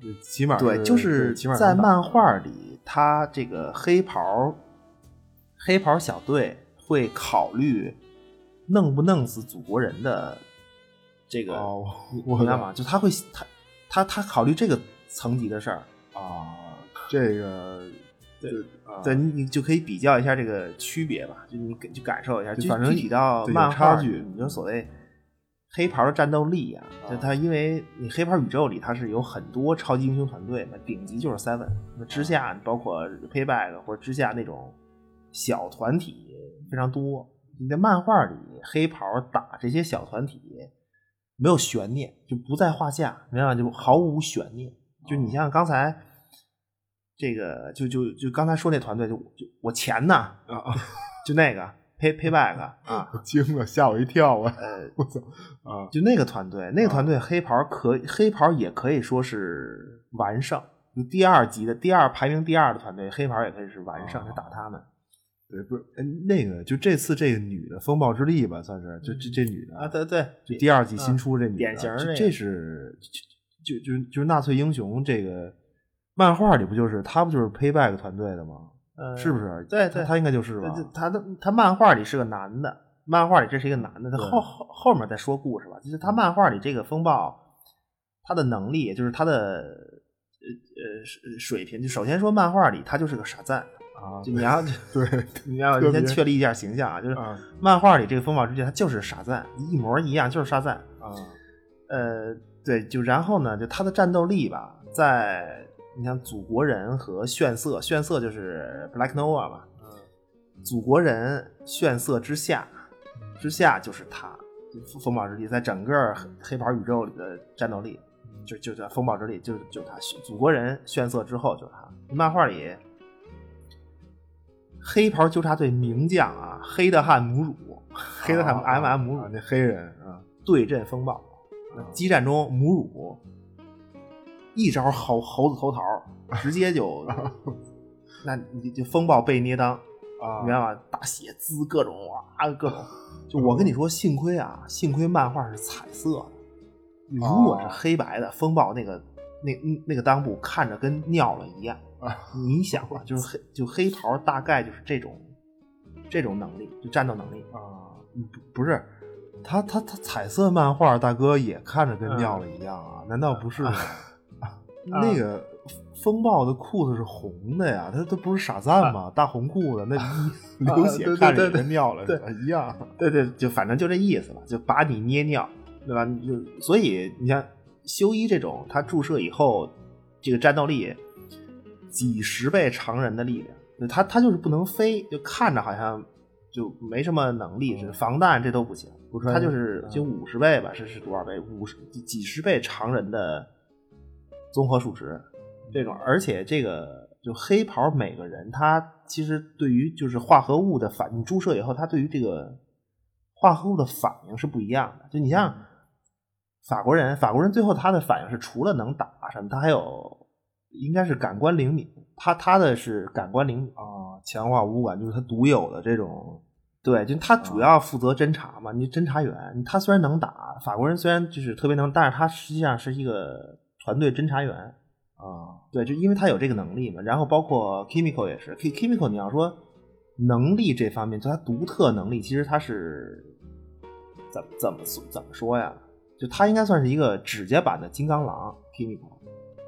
Speaker 4: 就起码
Speaker 2: 对，就是
Speaker 4: 起码
Speaker 2: 在
Speaker 4: 能打
Speaker 2: 漫画里，他这个黑袍黑袍小队会考虑弄不弄死祖国人的这个，
Speaker 4: 哦，
Speaker 2: 你
Speaker 4: 我
Speaker 2: 知道吗？就他会他他他考虑这个层级的事儿。
Speaker 4: 啊，这个对
Speaker 2: 对啊你，你就可以比较一下这个区别吧，就你就感受一下。
Speaker 4: 就
Speaker 2: 具
Speaker 4: 反正
Speaker 2: 具体到
Speaker 4: 对有
Speaker 2: 漫
Speaker 4: 差
Speaker 2: 画里
Speaker 4: 距
Speaker 2: 你就所谓黑袍的战斗力啊，就它因为你黑袍宇宙里它是有很多超级英雄团队嘛，顶级就是 Seven，那
Speaker 4: 啊
Speaker 2: 之下包括 Payback 或者之下那种小团体非常多。你在漫画里，黑袍打这些小团体没有悬念，就不在话下，明白吗？就毫无悬念。就你
Speaker 4: 啊
Speaker 2: 像刚才这个，就就就刚才说那团队，就就我钱呢，
Speaker 4: 啊啊，
Speaker 2: 就那个 pay payback 啊，
Speaker 4: 我惊了，吓我一跳，我
Speaker 2: 呃，
Speaker 4: 我操啊
Speaker 2: 就那个团队，那个团队黑袍可黑袍也可以说是完胜，你第二级的第二排名第二的团队，黑牌也可以是完
Speaker 4: 啊
Speaker 2: 胜，就打他们。
Speaker 4: 对，不是哎那个，就这次这个女的风暴之力吧，算是就这这女的
Speaker 2: 啊，对对，
Speaker 4: 就第二季新出这女的，
Speaker 2: 典型儿
Speaker 4: 这
Speaker 2: 那个
Speaker 4: 这是就就就就是纳粹英雄这个漫画里不就是他不就是 Payback 团队的吗？
Speaker 2: 嗯
Speaker 4: 是不？是？
Speaker 2: 对对
Speaker 4: 他他应该就是吧
Speaker 2: 这。这他的他漫画里是个男的，漫画里这是一个男的，他
Speaker 4: 对
Speaker 2: 后后后面再说故事吧。就是他漫画里这个风暴，他的能力，就是他的呃呃水水平，就首先说漫画里他就是个傻赞，
Speaker 4: 啊，
Speaker 2: 就你要
Speaker 4: 对
Speaker 2: [laughs] 你要
Speaker 4: 特别
Speaker 2: 先确立一下形象啊，就是
Speaker 4: 啊
Speaker 2: 漫画里这个风暴之力他就是傻赞，一模一样就是傻赞，
Speaker 4: 啊，
Speaker 2: 呃，对，就然后呢，就他的战斗力吧，在你像祖国人和炫色，炫色就是 Black Nova 嘛，祖国人炫色之下，之下就是他，就风暴之力在整个黑黑袍宇宙里的战斗力，就就在风暴之力，就就他祖国人炫色之后就是他。漫画里，黑袍纠察队名将啊，黑的汉姆乳，黑的汉
Speaker 4: 啊
Speaker 2: M M 母乳
Speaker 4: 啊那黑人嗯啊，
Speaker 2: 对阵风暴。激战中，母乳一招猴猴子头
Speaker 4: [laughs]
Speaker 2: 桃，直接就，那你就风暴被捏裆，
Speaker 4: 啊
Speaker 2: 你知道吗？大血滋各种啊，各
Speaker 4: [laughs]
Speaker 2: 种。就我跟你说，幸亏啊，幸亏漫画是彩色的，如果是黑白的，风暴那个那那个裆部看着跟尿了一样。你想 [laughs] 啊，就是黑就黑袍大概就是这种这种能力，就战斗能力。
Speaker 4: 啊，嗯不不是，他他他彩色漫画大哥也看着跟尿了一样啊，难道不是吗？
Speaker 2: 啊
Speaker 4: 那个风暴的裤子是红的呀，他他不是傻赞吗？大红裤子那
Speaker 2: [laughs]
Speaker 4: 一流
Speaker 2: 啊对
Speaker 4: 血
Speaker 2: 对
Speaker 4: 看着也
Speaker 2: 对对
Speaker 4: 跟尿了
Speaker 2: 对
Speaker 4: 一样。
Speaker 2: 对对，就反正就这意思吧，就把你捏尿，对吧？你就所以你像修一这种，他注射以后，这个战斗力几十倍常人的力量，就他他就是不能飞，就看着好像就没什么能力，是防弹这都不行，
Speaker 4: 嗯不穿
Speaker 2: 他就是
Speaker 4: 嗯
Speaker 2: 就五十倍吧，是是多少倍？五十几几十倍常人的综合数值，这种，而且这个就黑袍每个人，他其实对于就是化合物的反，你注射以后，他对于这个化合物的反应是不一样的。就你像法国人，法国人最后他的反应是除了能打什么，他还有应该是感官灵敏，他他的是感官灵敏。
Speaker 4: 啊，强化五感就是他独有的这种
Speaker 2: 对，就他主要负责侦查嘛，你侦查员，他虽然能打，法国人虽然就是特别能，但是他实际上是一个团队侦查员。
Speaker 4: 啊
Speaker 2: 对，就因为他有这个能力嘛。然后包括 Kimiko 也是，K Kimiko 你要说能力这方面，就他独特能力，其实他是怎么怎么说怎么说呀？就他应该算是一个指甲版的金刚狼 Kimiko，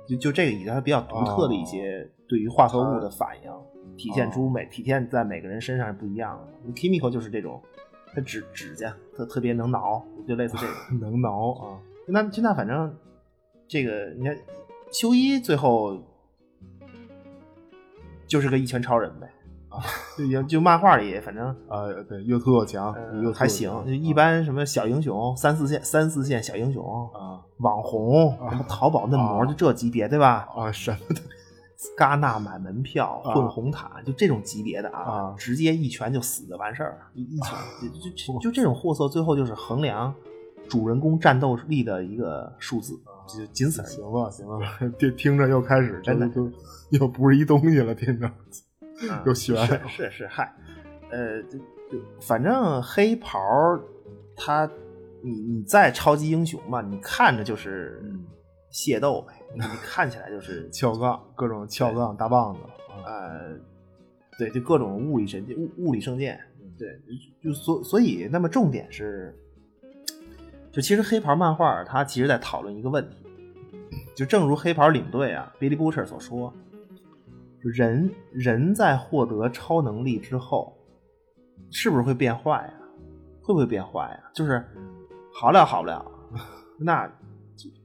Speaker 2: 就就这个以他比较独特的一些对于化合物的反应，体现出每体现在每个人身上是不一样的。Kimiko 就是这种，他指指甲特特别能挠，就类似这种。
Speaker 4: 能挠啊
Speaker 2: 那就那反正这个你看，修一最后就是个一拳超人呗，
Speaker 4: 啊
Speaker 2: 就也就漫画里反正、
Speaker 4: 啊，对，又特强
Speaker 2: 呃
Speaker 4: 又特啊
Speaker 2: 还行，就一般什么小英雄、三四线、三四线小英雄、
Speaker 4: 啊
Speaker 2: 网红、什么淘宝嫩模，
Speaker 4: 啊
Speaker 2: 就这级别对吧？
Speaker 4: 啊什么
Speaker 2: [laughs] 戛纳买门票
Speaker 4: 啊
Speaker 2: 混红毯，就这种级别的啊，
Speaker 4: 啊
Speaker 2: 直接一拳就死就完事儿了，一一拳、就就就这种货色，最后就是衡量主人公战斗力的一个数字，就仅此而已。
Speaker 4: 行吧，行吧， [laughs] 这听着又开始就
Speaker 2: 真的
Speaker 4: 就又不是一东西了，听着
Speaker 2: 啊
Speaker 4: 嗯又悬 [laughs]
Speaker 2: 是是是，嗨，呃，就就反正黑袍儿他，你你在超级英雄嘛，你看着就是
Speaker 4: 嗯
Speaker 2: 械斗呗，你看起来
Speaker 4: [laughs]
Speaker 2: 就是
Speaker 4: 撬杠，各种撬杠大棒子啊
Speaker 2: 呃，对，就各种物理神物物理圣剑，
Speaker 4: 嗯
Speaker 2: 对，就所所以那么重点是，就其实黑袍漫画儿它其实在讨论一个问题，就正如黑袍领队啊 Billy Butcher 所说，就人人在获得超能力之后，是不是会变坏呀、会不会变坏呀、就是好不了好不了，那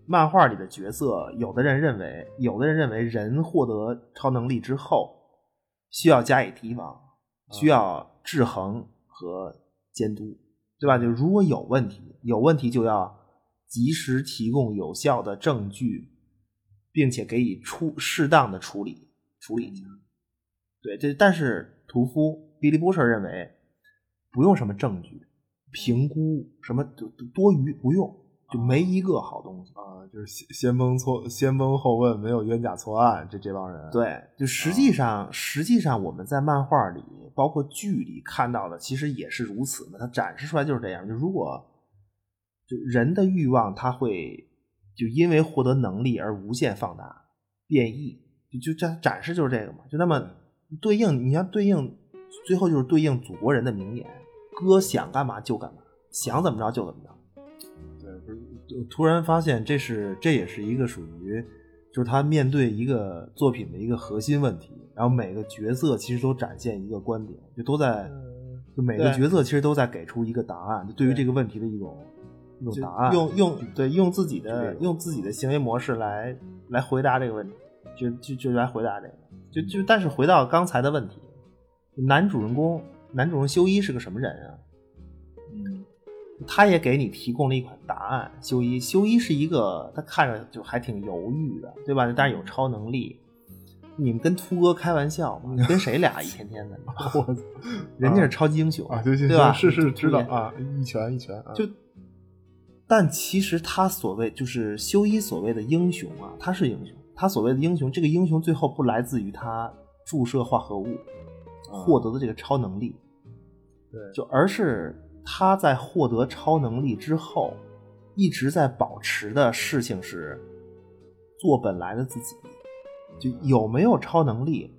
Speaker 2: 漫画里的角色，有的人认为，有的人认为人获得超能力之后，需要加以提防，需要制衡和监督，对吧？就如果有问题，有问题就要及时提供有效的证据，并且给予出适当的处理处理一下。对，这但是屠夫 Billy Butcher 认为，不用什么证据、评估什么多多余不用，就没一个好东西。
Speaker 4: 啊，就是先先锋错先锋后问，没有冤假错案，这这帮人，
Speaker 2: 对，就实际
Speaker 4: 嗯
Speaker 2: 上，实际上我们在漫画里，包括剧里看到的，其实也是如此的。它展示出来就是这样。就如果就人的欲望，它会就因为获得能力而无限放大、变异。就就这展示就是这个嘛。就那么对应，你像对应，最后就是对应祖国人的名言：哥想干嘛就干嘛，想怎么着就怎么着。
Speaker 4: 对，不是我突然发现这是这也是一个属于，就是他面对一个作品的一个核心问题，然后每个角色其实都展现一个观点，就都在就每个
Speaker 2: 嗯对
Speaker 4: 角色其实都在给出一个答案，就对于
Speaker 2: 对
Speaker 4: 这个问题的一种一种
Speaker 2: 就
Speaker 4: 答案，
Speaker 2: 用用对用自己
Speaker 4: 就这
Speaker 2: 的
Speaker 4: 种
Speaker 2: 用自己的行为模式来来回答这个问题，就就就来回答这个，就就但是回到刚才的问题，男主人公男主人修一是个什么人啊？
Speaker 4: 嗯
Speaker 2: 他也给你提供了一款答案。修一，修一是一个他看着就还挺犹豫的，对吧？但是有超能力。你们跟秃哥开玩笑
Speaker 4: [laughs]
Speaker 2: 吗？跟谁俩一天天的？我，人家是超级英雄
Speaker 4: 啊，对
Speaker 2: 对吧？
Speaker 4: 是是
Speaker 2: 你
Speaker 4: 知道
Speaker 2: 你
Speaker 4: 啊，一拳一拳啊，
Speaker 2: 就，但其实他所谓就是修一所谓的英雄啊，他是英雄，他所谓的英雄，这个英雄最后不来自于他注射化合物
Speaker 4: 啊
Speaker 2: 获得的这个超能力，
Speaker 4: 对
Speaker 2: 就而是他在获得超能力之后，一直在保持的事情是做本来的自己，就有没有超能力，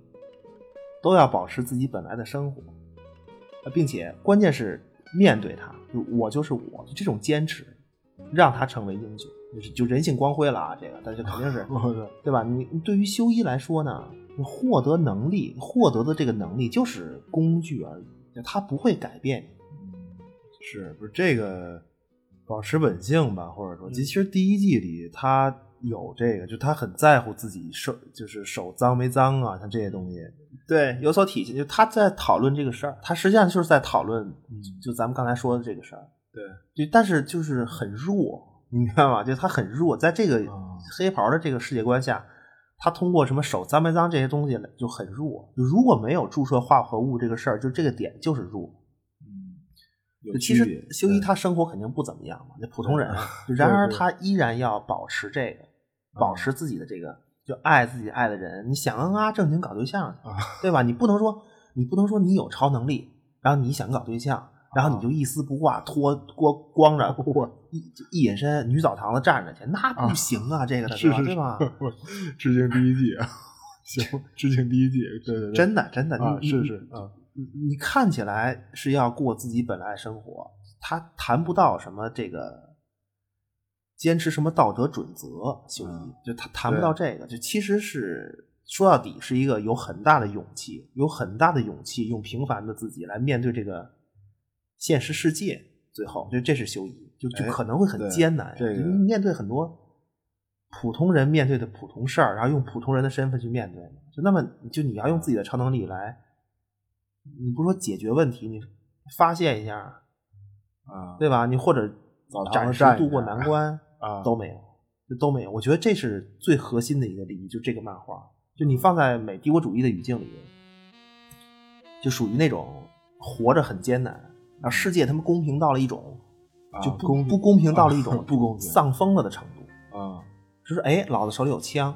Speaker 2: 都要保持自己本来的生活，呃并且关键是面对他，就我就是我，就这种坚持，让他成为英雄，就是就人性光辉了啊！这个，但是肯定是
Speaker 4: [laughs] 我的
Speaker 2: 对吧？你你对于修一来说呢，你获得能力，获得的这个能力就是工具而已，就它不会改变你。
Speaker 4: 是不是这个保持本性吧？或者说，
Speaker 2: 嗯
Speaker 4: 其实第一季里他有这个，就他很在乎自己手，就是手脏没脏啊，像这些东西。
Speaker 2: 对，有所体现。就他在讨论这个事儿，他实际上就是在讨论，
Speaker 4: 嗯
Speaker 2: 就咱们刚才说的这个事儿。对，就但是就是很弱，你明白吗？就他很弱，在这个
Speaker 4: 啊
Speaker 2: 黑袍的这个世界观下，他通过什么手脏没脏这些东西来就很弱。就如果没有注射化合物这个事儿，就这个点就是弱。
Speaker 4: 嗯，有
Speaker 2: 就其
Speaker 4: 区别
Speaker 2: 实修一
Speaker 4: 对
Speaker 2: 他生活肯定不怎么样嘛，那普通人啊。就
Speaker 4: [laughs] 对
Speaker 2: 然而
Speaker 4: 对嗯
Speaker 2: 他依然要保持这个，保持自己的这个，就爱自己爱的人。你想啊啊正经搞对象去
Speaker 4: 啊，
Speaker 2: 对吧？你不能说你不能说你有超能力，然后你想搞对象，然
Speaker 4: 啊
Speaker 2: 后你就一丝不挂，脱脱光着一一隐身女澡堂子站着去，那不行啊！这个的
Speaker 4: 是
Speaker 2: 吧
Speaker 4: 是
Speaker 2: 对吧？
Speaker 4: 是我致敬第一季啊， [laughs] 行，致敬第一季，对对对，
Speaker 2: 真的真的，
Speaker 4: 啊，
Speaker 2: 你
Speaker 4: 是
Speaker 2: 你
Speaker 4: 是啊，
Speaker 2: 你你看起来是要过自己本来的生活，他谈不到什么这个坚持什么道德准则，修一、
Speaker 4: 嗯
Speaker 2: 就他谈不到这个，就其实是说到底是一个有很大的勇气，有很大的勇气用平凡的自己来面对这个现实世界，最后就这是修一，就就
Speaker 4: 哎
Speaker 2: 可能会很
Speaker 4: 对
Speaker 2: 艰难，
Speaker 4: 这个
Speaker 2: 你面对很多。普通人面对的普通事儿，然后用普通人的身份去面对，就那么就你要用自己的超能力来你不说解决问题，你发泄一下，
Speaker 4: 啊
Speaker 2: 对吧？你或者
Speaker 4: 澡堂
Speaker 2: 暂
Speaker 4: 子
Speaker 2: 时
Speaker 4: 站一
Speaker 2: 度过
Speaker 4: 下
Speaker 2: 难关
Speaker 4: 啊，
Speaker 2: 都没有，这都没有。我觉得这是最核心的一个利益，就这个漫画，就你放在美帝国主义的语境里，就属于那种活着很艰难，然后世界他妈公平到了一种
Speaker 4: 嗯啊
Speaker 2: 就不
Speaker 4: 公平
Speaker 2: 不公平到了一
Speaker 4: 啊
Speaker 2: 种
Speaker 4: 不公平
Speaker 2: 丧疯了的程度，
Speaker 4: 啊
Speaker 2: 就是哎，老子手里有枪，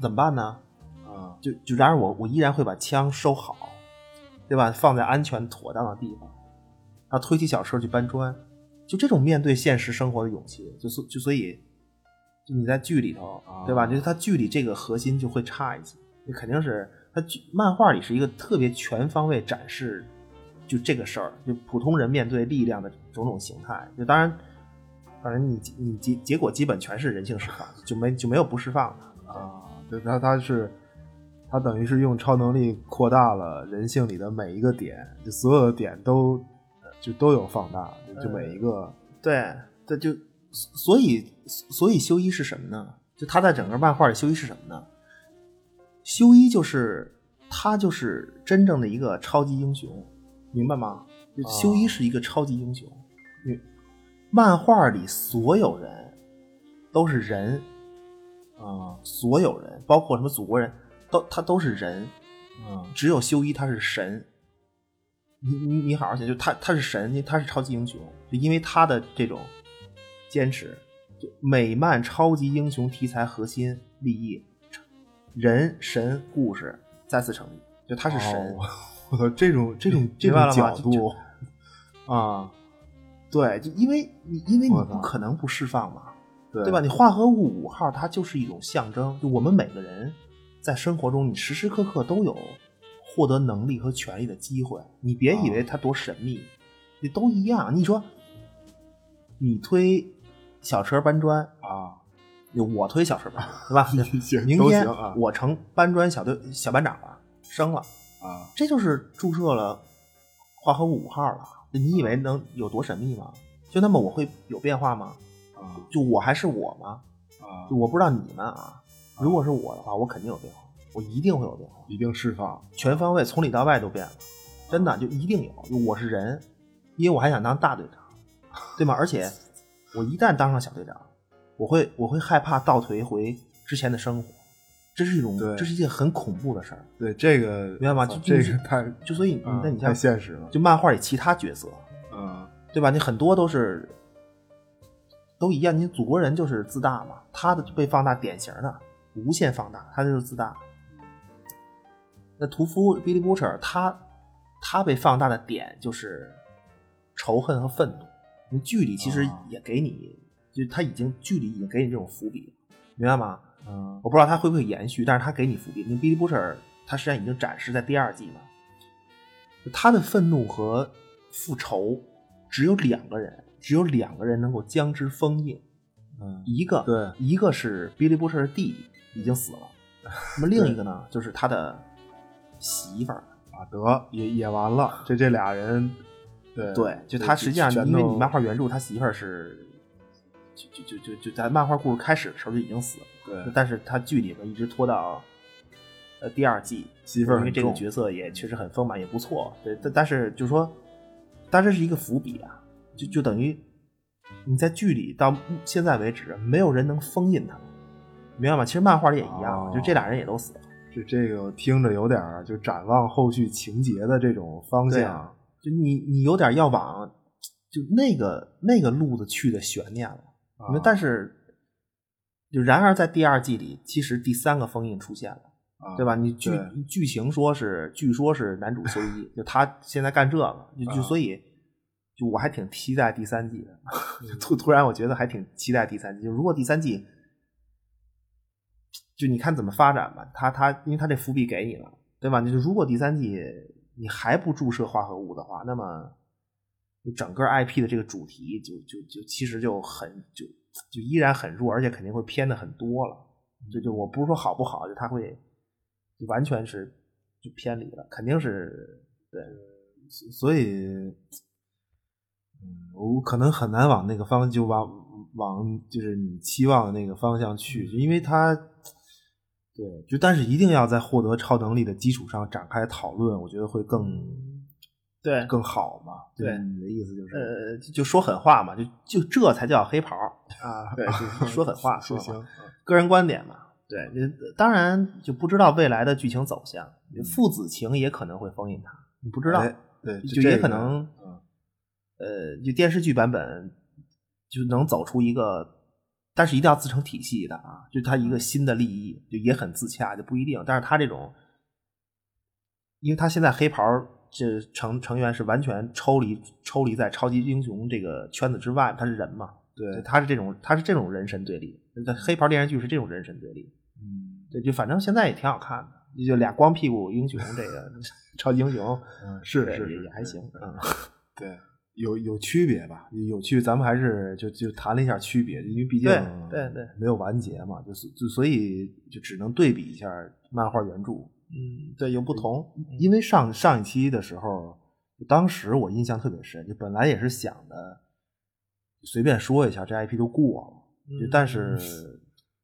Speaker 2: 怎么办呢？
Speaker 4: 啊，
Speaker 2: 就就然而我我依然会把枪收好，对吧？放在安全妥当的地方，然后推起小车去搬砖，就这种面对现实生活的勇气，就所就所以，就你在剧里头
Speaker 4: 啊，
Speaker 2: 对吧？就是它剧里这个核心就会差一些，就肯定是它剧漫画里是一个特别全方位展示，就这个事儿，就普通人面对力量的种种形态，就当然。反正你你结结果基本全是人性释放，就没就没有不释放的。
Speaker 4: 啊，对他他是他等于是用超能力扩大了人性里的每一个点，就所有的点都呃就都有放大，就就每一个
Speaker 2: 对，这就所以所以修一是什么呢？就他在整个漫画里，修一是什么呢？修一就是他就是真正的一个超级英雄，明白吗？就
Speaker 4: 哦
Speaker 2: 修一是一个超级英雄，你漫画里所有人都是人，嗯
Speaker 4: 啊
Speaker 2: 所有人包括什么祖国人都他都是人，
Speaker 4: 啊
Speaker 2: 只有修一他是神。你你你好好想，就他他是神，他是超级英雄，就因为他的这种坚持，就美漫超级英雄题材核心立意，人神故事再次成立，就他是神。
Speaker 4: 哦我操，这种这
Speaker 1: 嗯
Speaker 4: 种这
Speaker 2: 明白了
Speaker 4: 种
Speaker 2: 吗
Speaker 4: 角
Speaker 2: 就
Speaker 4: 度啊，
Speaker 2: 对，就因为你因为你
Speaker 4: 我操
Speaker 2: 不可能不释放嘛，
Speaker 4: 对
Speaker 2: 对吧？？你化合物五号它就是一种象征，就我们每个人在生活中，你时时刻刻都有获得能力和权利的机会。你别以为它多神秘，你都一样。你说你推小车搬砖啊，我推小车
Speaker 4: [laughs]
Speaker 2: 搬砖，对吧？
Speaker 4: 行，
Speaker 2: 明
Speaker 4: 都
Speaker 2: 天
Speaker 4: 行啊
Speaker 2: 我成搬砖小队小班长了，升了。
Speaker 4: 啊，
Speaker 2: 这就是注射了化合物五号了。你以为能有多神秘吗？就那么我会有变化吗？
Speaker 4: 啊
Speaker 2: 就我还是我吗？
Speaker 4: 啊
Speaker 2: 就，我不知道你们啊。如果是我的话，我肯定有变化，我一定会有变化，
Speaker 4: 一定释放
Speaker 2: 全方位从里到外都变了，真的就一定有。就我是人，因为我还想当大队长，对
Speaker 4: [laughs]
Speaker 2: 吗？而且我一旦当上小队长，我会我会害怕倒退回之前的生活，这是一种
Speaker 4: 对
Speaker 2: 这是一件很恐怖的事儿。
Speaker 4: 对这个明
Speaker 2: 白吗就
Speaker 4: 这
Speaker 2: 就
Speaker 4: 个太
Speaker 2: 就所以你
Speaker 4: 啊
Speaker 2: 嗯那你
Speaker 4: 太
Speaker 2: 像
Speaker 4: 现实了，
Speaker 2: 就漫画里其他角色，
Speaker 4: 嗯
Speaker 2: 对吧？你很多都是都一样，你祖国人就是自大嘛，他的被放大典型的无限放大，他就是自大。那屠夫 Billy Butcher 他他被放大的点就是仇恨和愤怒。你剧里其实
Speaker 4: 啊
Speaker 2: 也给你，就他已经剧里已经给你这种伏笔，明白吗？
Speaker 4: 嗯
Speaker 2: 我不知道他会不会延续，但是他给你伏笔。那 Billy Butcher 他实际上已经展示在第二季嘛，他的愤怒和复仇只有两个人，只有两个人能够将之封印，
Speaker 4: 嗯，
Speaker 2: 一个
Speaker 4: 对
Speaker 2: 一个是 Billy Butcher 的弟弟已经
Speaker 4: [laughs]
Speaker 2: 死了，那么另一个呢就是他的媳妇儿。
Speaker 4: 啊得也也完了，这这俩人对
Speaker 2: 对，就他实际上，
Speaker 4: 全
Speaker 2: 因为
Speaker 4: 都
Speaker 2: 你漫画原著，他媳妇儿是就就就就就在漫画故事开始的时候就已经死了。
Speaker 4: 对
Speaker 2: 但是他剧里面一直拖到呃第二季，
Speaker 4: 媳妇儿
Speaker 2: 因为
Speaker 4: 很
Speaker 2: 这个
Speaker 4: 重
Speaker 2: 角色也确实很丰满，也不错。对，但但是就是说，但这是一个伏笔啊，就就等于你在剧里到目现在为止，没有人能封印他们，明白吗？其实漫画里也一样，
Speaker 4: 哦
Speaker 2: 就这俩人也都死了。
Speaker 4: 这这个听着有点儿就展望后续情节的这种方
Speaker 2: 对
Speaker 4: 向，
Speaker 2: 啊就你你有点要往就那个那个路子去的悬念了。
Speaker 4: 啊
Speaker 2: 因为但是，就然而在第二季里，其实第三个封印出现了，
Speaker 4: 啊
Speaker 2: 对吧？你剧
Speaker 4: 对
Speaker 2: 剧情说是，据说是男主修
Speaker 4: [laughs]
Speaker 2: 一，就他现在干这个，就就
Speaker 4: 啊
Speaker 2: 所以，就我还挺期待第三季
Speaker 4: [laughs]
Speaker 2: 的。突突然，我觉得还挺期待第三季。就如果第三季，就你看怎么发展吧。他他，因为他这伏笔给你了，对吧？就是如果第三季你还不注射化合物的话，那么就整个 IP 的这个主题就就就其实就很就就依然很弱，而且肯定会偏的很多了。这就我不是说好不好，就它会就完全是就偏离了，肯定是对
Speaker 4: 所以，嗯，我可能很难往那个方就往往就是你期望的那个方向去，因为它，对，就但是一定要在获得超能力的基础上展开讨论，我觉得会更、
Speaker 2: 对
Speaker 4: 更好嘛。
Speaker 2: 嗯对
Speaker 4: 就是你的意思就是
Speaker 2: 呃，就就说狠话嘛，就就这才叫黑袍儿啊！ [laughs] 对，就说狠话，说
Speaker 4: 行
Speaker 2: 狠
Speaker 4: 行
Speaker 2: 话，个人观点嘛。对，呃当然就不知道未来的剧情走向，父子情也可能会封印他，你不知道，
Speaker 4: 嗯哎对，
Speaker 2: 就
Speaker 4: 这
Speaker 2: 也
Speaker 4: 个
Speaker 2: 可能，
Speaker 4: 嗯
Speaker 2: 呃，就电视剧版本就能走出一个，但是一定要自成体系的啊，就它一
Speaker 4: 嗯
Speaker 2: 个新的利益，就也很自洽，就不一定。但是它这种，因为它现在黑袍这成成员是完全抽离抽离在超级英雄这个圈子之外，他是人嘛，
Speaker 4: 对，
Speaker 2: 他是这种他是这种人神对立，那黑袍电视剧是这种人神对立，
Speaker 4: 嗯，
Speaker 2: 对，就反正现在也挺好看的，就俩光屁股英雄这个 [laughs] 超级英雄，
Speaker 4: 嗯是
Speaker 2: 对
Speaker 4: 是
Speaker 2: 也
Speaker 4: 是
Speaker 2: 也还行，嗯。
Speaker 4: 对。有有区别吧？有区，咱们还是就就谈了一下区别，因为毕竟
Speaker 2: 对对对
Speaker 4: 没有完结嘛，就是就所以就只能对比一下漫画原著，
Speaker 2: 嗯，对，有不同。嗯
Speaker 4: 因为上上一期的时候，当时我印象特别深，就本来也是想的随便说一下，这 IP 就过了，就
Speaker 2: 嗯
Speaker 4: 但是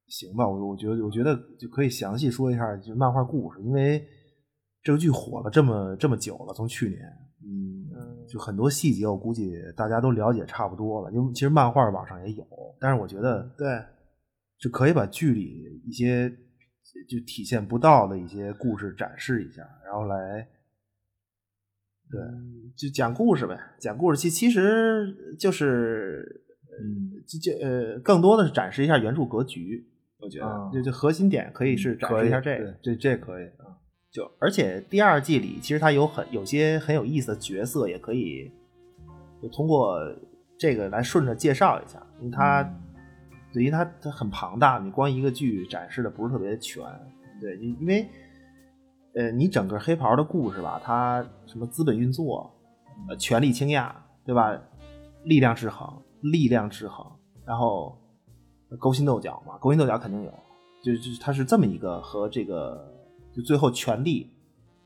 Speaker 4: 行吧，我我觉得我觉得就可以详细说一下就漫画故事，因为这个剧火了这么这么久了，从去年，嗯，就很多细节我估计大家都了解差不多了，因为其实漫画网上也有，但是我觉得
Speaker 2: 嗯对，
Speaker 4: 就可以把剧里一些就体现不到的一些故事展示一下，然后来
Speaker 2: 就讲故事呗，讲故事其其实就是
Speaker 4: 嗯，
Speaker 2: 就就呃，更多的是展示一下原著格局，我觉得、
Speaker 4: 啊嗯
Speaker 2: 就就核心点可以是展
Speaker 4: 可
Speaker 2: 示
Speaker 4: 以
Speaker 2: 一下这个。，
Speaker 4: 对这这可以啊，
Speaker 2: 就而且第二季里，其实它有很有些很有意思的角色，也可以就通过这个来顺着介绍一下，因为它、对，因为它它很庞大，你光一个剧展示的不是特别全。对，因因为呃，你整个黑袍的故事吧，它什么资本运作、呃权力倾轧，对吧？力量制衡，力量制衡，然后呃勾心斗角嘛，勾心斗角肯定有，就就是它是这么一个和这个就最后权力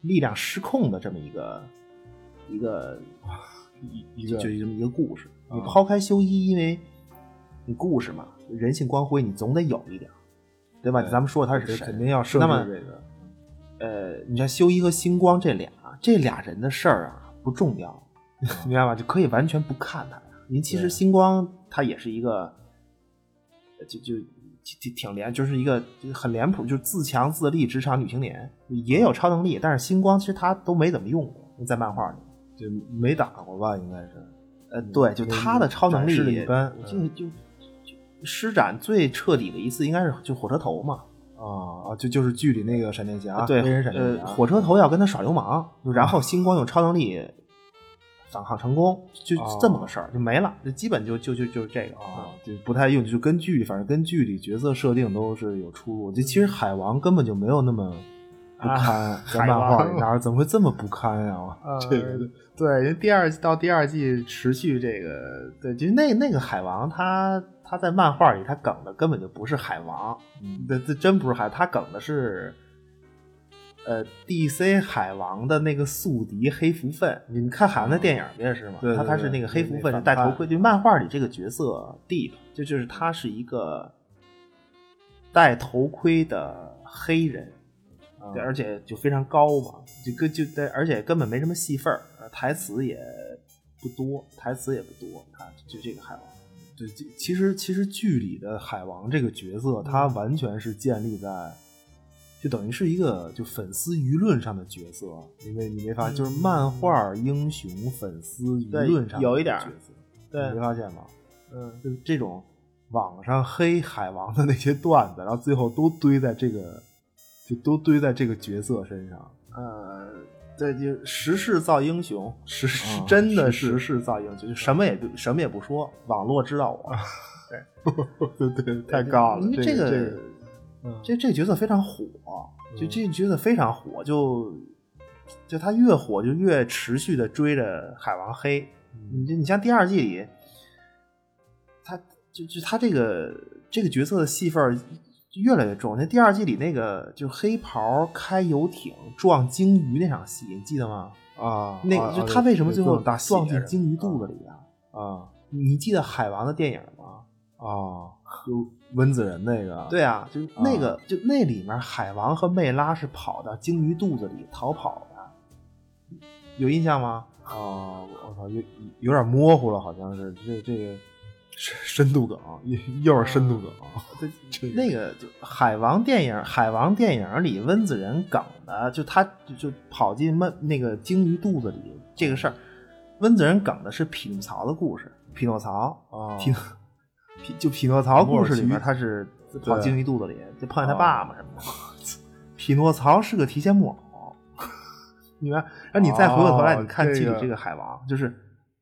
Speaker 2: 力量失控的这么一个一个
Speaker 4: 啊一一
Speaker 2: 就
Speaker 4: 个
Speaker 2: 就这么一个故事。
Speaker 4: 啊
Speaker 2: 你抛开修一，因为你故事嘛，人性光辉你总得有一点儿，对吧？
Speaker 4: 对
Speaker 2: 咱们说他是
Speaker 4: 这
Speaker 2: 神，
Speaker 4: 肯定要设
Speaker 2: 那
Speaker 4: 置
Speaker 2: 么
Speaker 4: 这个，
Speaker 2: 呃，你像修一和星光这俩，这俩人的事儿啊不重要， [laughs] 明白吧？就可以完全不看他。您其实
Speaker 4: 对
Speaker 2: 星光他也是一个，呃就就挺挺挺廉，就是一个就是很脸谱，就是自强自立职场女青年，也有超能力，但是星光其实他都没怎么用过，在漫画里。
Speaker 4: 就没打过吧，应该是，
Speaker 2: 呃，对，就他的超能
Speaker 4: 展示
Speaker 2: 力嗯
Speaker 4: 得一般
Speaker 2: 就就就施展最彻底的一次应该是就火车头嘛，
Speaker 4: 啊啊，就就是剧里那个闪电侠，
Speaker 2: 对
Speaker 4: 黑人闪，电
Speaker 2: 呃，
Speaker 4: 侠，
Speaker 2: 火车嗯头要跟他耍流氓，然后星光用超能力反抗成功，就
Speaker 4: 哦
Speaker 2: 这么个事儿就没了，就基本就就就就是这个
Speaker 4: 啊，就不太用，就跟剧，反正跟剧里角色设定都是有出入。就其实海王根本就没有那么不堪，在
Speaker 2: 啊海
Speaker 4: 漫画
Speaker 2: 王
Speaker 4: 里哪儿怎么会这么不
Speaker 2: [laughs]
Speaker 4: 堪呀、
Speaker 2: 啊
Speaker 4: 这个
Speaker 2: 对，因为第二到第二季持续这个，对，就那那个海王他他在漫画里他梗的根本就不是海王，
Speaker 4: 嗯
Speaker 2: 这这真不是海，他梗的是，呃，DC 海王的那个宿敌黑福分。你们看海王的电影不也是吗？
Speaker 4: 对对
Speaker 2: 他他是
Speaker 4: 对
Speaker 2: 那个黑福
Speaker 4: 那
Speaker 2: 分，
Speaker 4: 那
Speaker 2: 是戴头
Speaker 4: 反
Speaker 2: 盔。就漫画里这个角色 Deep，就就是他是一个戴头盔的黑人，
Speaker 4: 啊
Speaker 2: 对，而且就非常高嘛，就跟就对，而且根本没什么戏份儿，呃台词也不多，台词也不多，他就这个海王。
Speaker 4: 对，其其实其实剧里的海王这个角
Speaker 2: 嗯
Speaker 4: 色，他完全是建立在，就等于是一个就粉丝舆论上的角色，因为你没发现，就是漫画英雄粉丝舆论
Speaker 2: 嗯
Speaker 4: 上的
Speaker 2: 对有一点儿
Speaker 4: 角色，
Speaker 2: 对
Speaker 4: 你没发现吗？
Speaker 2: 嗯，
Speaker 4: 就是这种网上黑海王的那些段子，然后最后都堆在这个，就都堆在这个角色身上。
Speaker 2: 呃，对，就时势造英
Speaker 4: [laughs]
Speaker 2: 雄，时是
Speaker 4: 啊
Speaker 2: 真的
Speaker 4: 时
Speaker 2: 时
Speaker 4: 势
Speaker 2: 势造英雄，就什么也不什么也不说，网络知道我，
Speaker 4: 对啊对，太高了
Speaker 2: 因，为
Speaker 4: 这
Speaker 2: 个
Speaker 4: 个
Speaker 2: 这
Speaker 4: 这个嗯
Speaker 2: 这个角色非常火，就
Speaker 4: 嗯
Speaker 2: 这个角色非常火，就就他越火就越持续的追着海王黑，
Speaker 4: 嗯
Speaker 2: 你就你像第二季里，他就就他这个这个角色的戏份儿越来越重。那第二季里那个就是黑袍开游艇撞鲸鱼那场戏，你记得吗？
Speaker 4: 啊，
Speaker 2: 那
Speaker 4: 啊
Speaker 2: 个就
Speaker 4: 啊
Speaker 2: 他为什么
Speaker 4: 对
Speaker 2: 最后
Speaker 4: 各种大
Speaker 2: 撞
Speaker 4: 戏
Speaker 2: 进
Speaker 4: 是
Speaker 2: 鲸鱼肚子里啊？
Speaker 4: 啊
Speaker 2: 你记得海王的电影吗？
Speaker 4: 啊，就温子仁那个，
Speaker 2: 对啊，就那个、
Speaker 4: 啊
Speaker 2: 就那里面海王和魅拉是跑到鲸鱼肚子里逃跑的，有印象吗？
Speaker 4: 啊，我操，有有点模糊了，好像是这这个深深度梗，又又是深度梗，
Speaker 2: 对
Speaker 4: 这
Speaker 2: 那个就海王电影，海王电影里温子仁梗的，就他就就跑进闷那个鲸鱼肚子里这个事儿，温子仁梗的是匹诺曹的故事，匹诺曹，
Speaker 4: 啊，
Speaker 2: 匹匹就匹诺曹故事里
Speaker 4: 莫
Speaker 2: 面
Speaker 4: 尔奇
Speaker 2: 他是跑
Speaker 4: 对
Speaker 2: 鲸鱼肚子里，就碰见他爸爸什么的。匹诺曹是个提线木偶，你看，然后你再回过头来，
Speaker 4: 哦
Speaker 2: 你看剧
Speaker 4: 这
Speaker 2: 里
Speaker 4: 个
Speaker 2: 这个海王，就是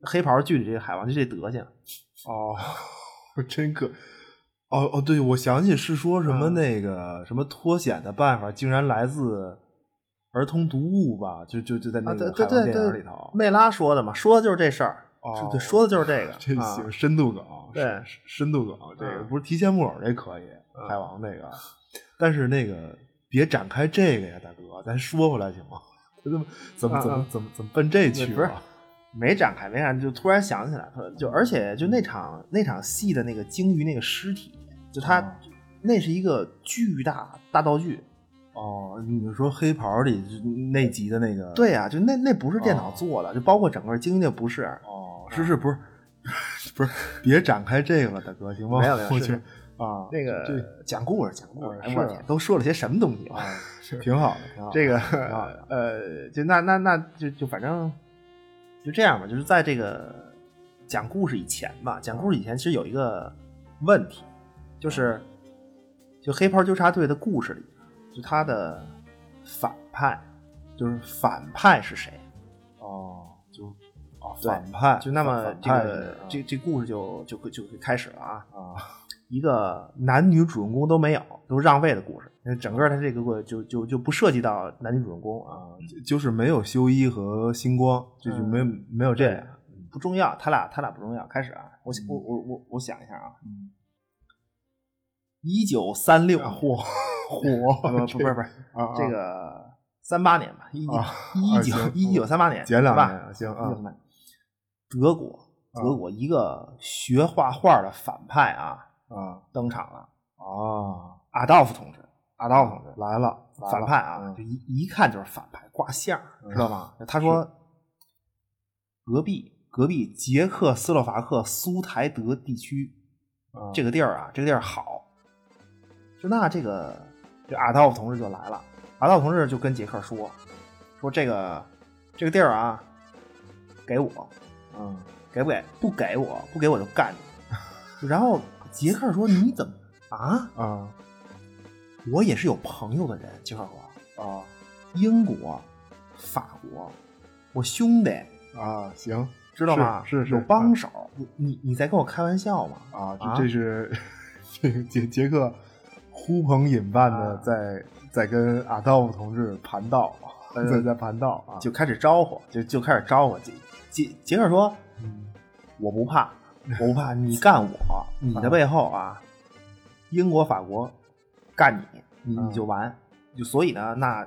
Speaker 2: 黑袍剧里这个海王，就这德行。
Speaker 4: 哦，真可。哦哦，对，我想起是说什么
Speaker 2: 嗯
Speaker 4: 那个、什么脱险的办法，竟然来自儿童读物吧？就就就在那
Speaker 2: 啊，对对
Speaker 4: 个海王
Speaker 2: 对
Speaker 4: 电影
Speaker 2: 对
Speaker 4: 里头，，
Speaker 2: 梅拉说的嘛，说的就是这事儿，
Speaker 4: 哦
Speaker 2: 是对，说的就是
Speaker 4: [laughs]
Speaker 2: 这个。
Speaker 4: 这
Speaker 2: 啊
Speaker 4: 行、深度梗，
Speaker 2: 对
Speaker 4: 深深度梗，啊这个
Speaker 2: 嗯
Speaker 4: 不是提线木偶这可以，
Speaker 2: 嗯
Speaker 4: 海王那个，但是那个别展开这个呀，大哥，咱说回来行吗？ [laughs] 这怎么怎么
Speaker 2: 嗯
Speaker 4: 怎
Speaker 2: 嗯
Speaker 4: 么怎么怎么奔这
Speaker 2: 对
Speaker 4: 去啊
Speaker 2: 不是
Speaker 4: 了？
Speaker 2: [laughs] 没展开，没展开，就突然想起来，他就而且就那场那场戏的那个鲸鱼那个尸体，就他、
Speaker 4: 啊
Speaker 2: 那是一个巨大大道具，
Speaker 4: 哦，你说黑袍里就那集的那个，
Speaker 2: 对呀、就那那不是电脑
Speaker 4: 哦
Speaker 2: 做的，就包括整个鲸鱼那不是，
Speaker 4: 哦，
Speaker 2: 嗯
Speaker 4: 是是，不 [laughs] 是不是，别展开这个了，大哥，行吗？
Speaker 2: 没有没有
Speaker 4: 我
Speaker 2: 是
Speaker 4: 觉
Speaker 2: 是
Speaker 4: 得啊，
Speaker 2: 那个
Speaker 4: 这
Speaker 2: 讲故事讲故事，
Speaker 4: 啊哦
Speaker 2: 哎
Speaker 4: 是
Speaker 2: 我天，都说了些什么东西啊？
Speaker 4: 挺好的，挺好的。
Speaker 2: 这个
Speaker 4: 好的
Speaker 2: 呃，就那那那就就反正就这样吧，就是在这个讲故事以前吧，讲故事以前其实有一个问题，就是就黑袍纠察队的故事里，就他的反派，就是反派是谁？
Speaker 4: 哦，就啊
Speaker 2: 对
Speaker 4: 反派，
Speaker 2: 就那么
Speaker 4: 反
Speaker 2: 这
Speaker 4: 派
Speaker 2: 个这这故事就就就就开始了啊！
Speaker 4: 啊
Speaker 2: 一个男女主人公都没有，都让位的故事。那整个它这个故就就就不涉及到男女主人公啊，
Speaker 4: 啊，就就是没有修一和星光，就就没有没有这
Speaker 2: 对
Speaker 4: 样，
Speaker 2: 不重要，他俩他俩不重要。开始啊，我想我
Speaker 4: 嗯
Speaker 2: 我我我想一下啊，一九三六
Speaker 4: 嚯
Speaker 2: 不
Speaker 4: 嚯，
Speaker 2: 不不是不是
Speaker 4: 啊啊
Speaker 2: [laughs] 这个三八年吧，一
Speaker 4: 啊
Speaker 2: 一九
Speaker 4: 行
Speaker 2: 一九三八年，
Speaker 4: 减两
Speaker 2: 吧
Speaker 4: 年行
Speaker 2: 1938
Speaker 4: 啊
Speaker 2: 年德国
Speaker 4: 啊
Speaker 2: 德国一个学画画的反派啊
Speaker 4: 啊
Speaker 2: 登场了，
Speaker 4: 啊，
Speaker 2: 阿道夫同志，哦阿道夫同志
Speaker 4: 来了来了
Speaker 2: 反派啊，
Speaker 4: 嗯
Speaker 2: 就一一看就是反派，挂相儿，
Speaker 4: 嗯
Speaker 2: 知道吗？他说，隔壁隔壁捷克斯洛伐克苏台德地区
Speaker 4: 啊
Speaker 2: 这个地儿啊，这个地儿好，就那这个这阿道夫同志就来了，阿道夫同志就跟捷克说，说这个这个地儿啊，给我，
Speaker 4: 嗯
Speaker 2: 给不给？不给我，不给我就干 [laughs] 你。然后杰克说：“你怎么啊？
Speaker 4: 啊
Speaker 2: 我也是有朋友的人。”杰克说
Speaker 4: 啊：“
Speaker 2: 英国、法国，我兄弟，
Speaker 4: 啊，行
Speaker 2: 知道吗？
Speaker 4: 是是是
Speaker 2: 有帮手。你你你在跟我开玩笑吗？
Speaker 4: 啊，
Speaker 2: 啊
Speaker 4: 这这是这个杰杰克呼朋引伴的
Speaker 2: 啊
Speaker 4: 在在跟阿道夫同志盘道，
Speaker 2: 呃
Speaker 4: 在在盘道啊，
Speaker 2: 就开始招呼，就就开始招呼。杰杰杰克说：
Speaker 4: 嗯
Speaker 2: 我不怕，我不怕，你干
Speaker 4: [laughs]
Speaker 2: 我，你的背后啊，英国、法国干你，你
Speaker 4: 嗯
Speaker 2: 你就完。就所以呢，那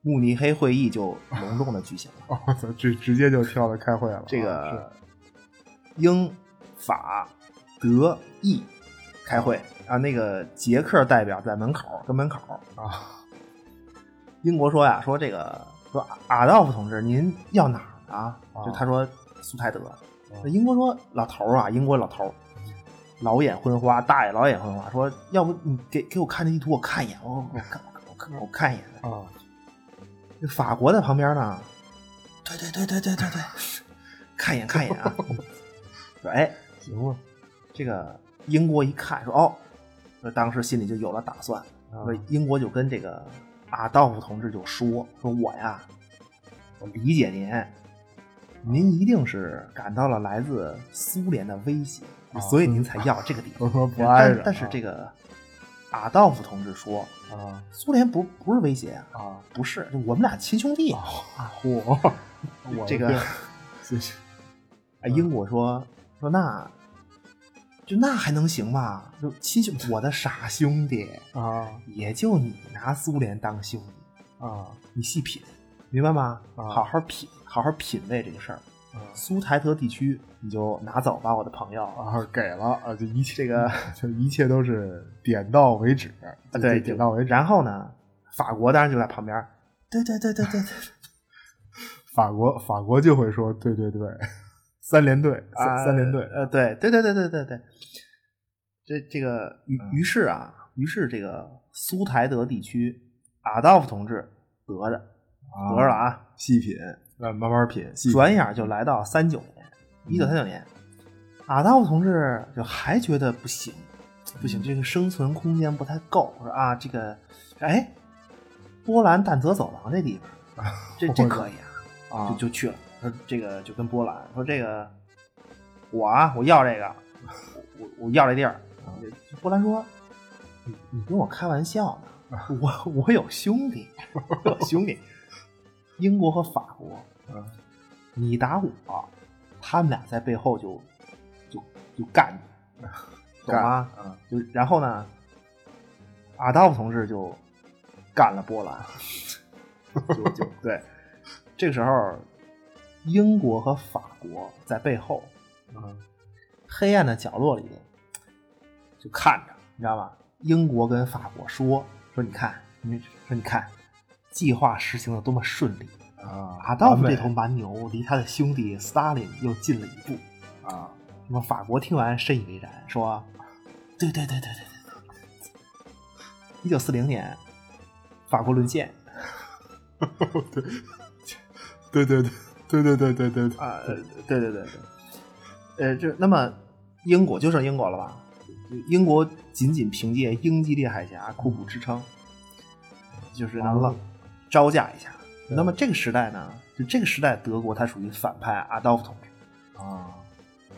Speaker 2: 慕尼黑会议就隆重的举行了。”
Speaker 4: [laughs] 我操，直直接就跳到开会了啊，
Speaker 2: 这
Speaker 4: 是 [laughs]
Speaker 2: 个英法德意开会啊，那个捷克代表在门口跟门口
Speaker 4: 啊
Speaker 2: 英国说呀，说这个说阿道夫同志您要哪儿啊？
Speaker 4: 啊
Speaker 2: 就他说苏台德，那英国说老头儿啊，英国老头儿。
Speaker 4: 嗯
Speaker 2: 老眼昏花，大爷老眼昏花，说要不你给给我看这地图，我看一眼，我我看我看我看一眼。
Speaker 4: 啊
Speaker 2: 这法国在旁边呢，对对对对对对对， [laughs] 看一眼看一眼啊， [laughs] 说哎，
Speaker 4: 行吧，
Speaker 2: 这个英国一看说哦，那当时心里就有了打算，
Speaker 4: 啊
Speaker 2: 所以英国就跟这个阿道夫同志就说说我呀，我理解您，您一定是感到了来自苏联的威胁，
Speaker 4: 啊
Speaker 2: 所以您才要这个 [laughs] 地
Speaker 4: 我
Speaker 2: 方。
Speaker 4: 说不挨
Speaker 2: 但
Speaker 4: 着，
Speaker 2: 但是这个阿道夫同志说，
Speaker 4: 个啊
Speaker 2: 苏联不不是威胁啊，
Speaker 4: 啊，
Speaker 2: 不是，就我们俩亲兄弟啊。
Speaker 4: 嚯，我的
Speaker 2: 这个
Speaker 4: 天谢谢
Speaker 2: 啊，英国说说那，就那还能行吗？就亲兄，我的傻兄弟，
Speaker 4: 啊
Speaker 2: 也就你拿苏联当兄弟，
Speaker 4: 啊
Speaker 2: 你细品，明白吗？
Speaker 4: 啊
Speaker 2: 好好品，好好品味这个事儿。
Speaker 4: 啊
Speaker 2: 苏台德地区，你就拿走吧，我的朋友。啊，
Speaker 4: 啊，给了啊，就一切
Speaker 2: 这个
Speaker 4: 就一切都是点到为止，就
Speaker 2: 对，
Speaker 4: 就点到为止。
Speaker 2: 然后呢，法国当然就在旁边儿。对对对对对对，
Speaker 4: 法国法国就会说对对对， [laughs] 三连队，三、
Speaker 2: 啊
Speaker 4: 三连队
Speaker 2: 呃，对对对对对对对，这这个于
Speaker 4: 嗯
Speaker 2: 于是啊，于是这个苏台德地区，阿道夫同志得着
Speaker 4: 啊
Speaker 2: 得着了啊，
Speaker 4: 细品，呃，慢慢品，细品
Speaker 2: 转眼就来到三九年，一九三九年，阿道夫同志就还觉得不行，不
Speaker 4: 嗯
Speaker 2: 行，这个生存空间不太够，说啊，这个哎，波兰但泽走廊这地
Speaker 4: [laughs]
Speaker 2: 方，这这可以啊，
Speaker 4: 啊
Speaker 2: 就就去了。说这个就跟波兰说这个，我啊，我要这个，我我要这地儿。波兰说，啊你你跟我开玩笑呢， [laughs] 我我有兄 [laughs] 弟，我有兄弟，英国和法国
Speaker 4: 嗯，
Speaker 2: 你打我，他们俩在背后就就就干 [laughs] 你，懂
Speaker 4: 干
Speaker 2: 吗？
Speaker 4: 啊
Speaker 2: 就然后呢，阿道夫同志就干了波 [laughs] 兰，就就对。这个时候，英国和法国在背后
Speaker 4: 啊
Speaker 2: 黑暗的角落里就看着，你知道吗？英国跟法国说说，你看，你说你看，计划实行的多么顺利。
Speaker 4: 啊
Speaker 2: 阿道夫
Speaker 4: 完
Speaker 2: 这
Speaker 4: 美
Speaker 2: 头蛮牛离他的兄弟斯大林又近了一步。
Speaker 4: 啊
Speaker 2: 那么法国听完深以为然，说：“对对对对对对。”一九四零年，法国沦陷
Speaker 4: 对对对对对对对对对
Speaker 2: 啊、呃对对对对。呃，这那么英国就剩英国了吧？英国仅仅凭借英吉利海峡库部支撑，就是能够招架一下。那么这个时代呢，就这个时代德国它属于反派阿道夫统治，
Speaker 4: 啊，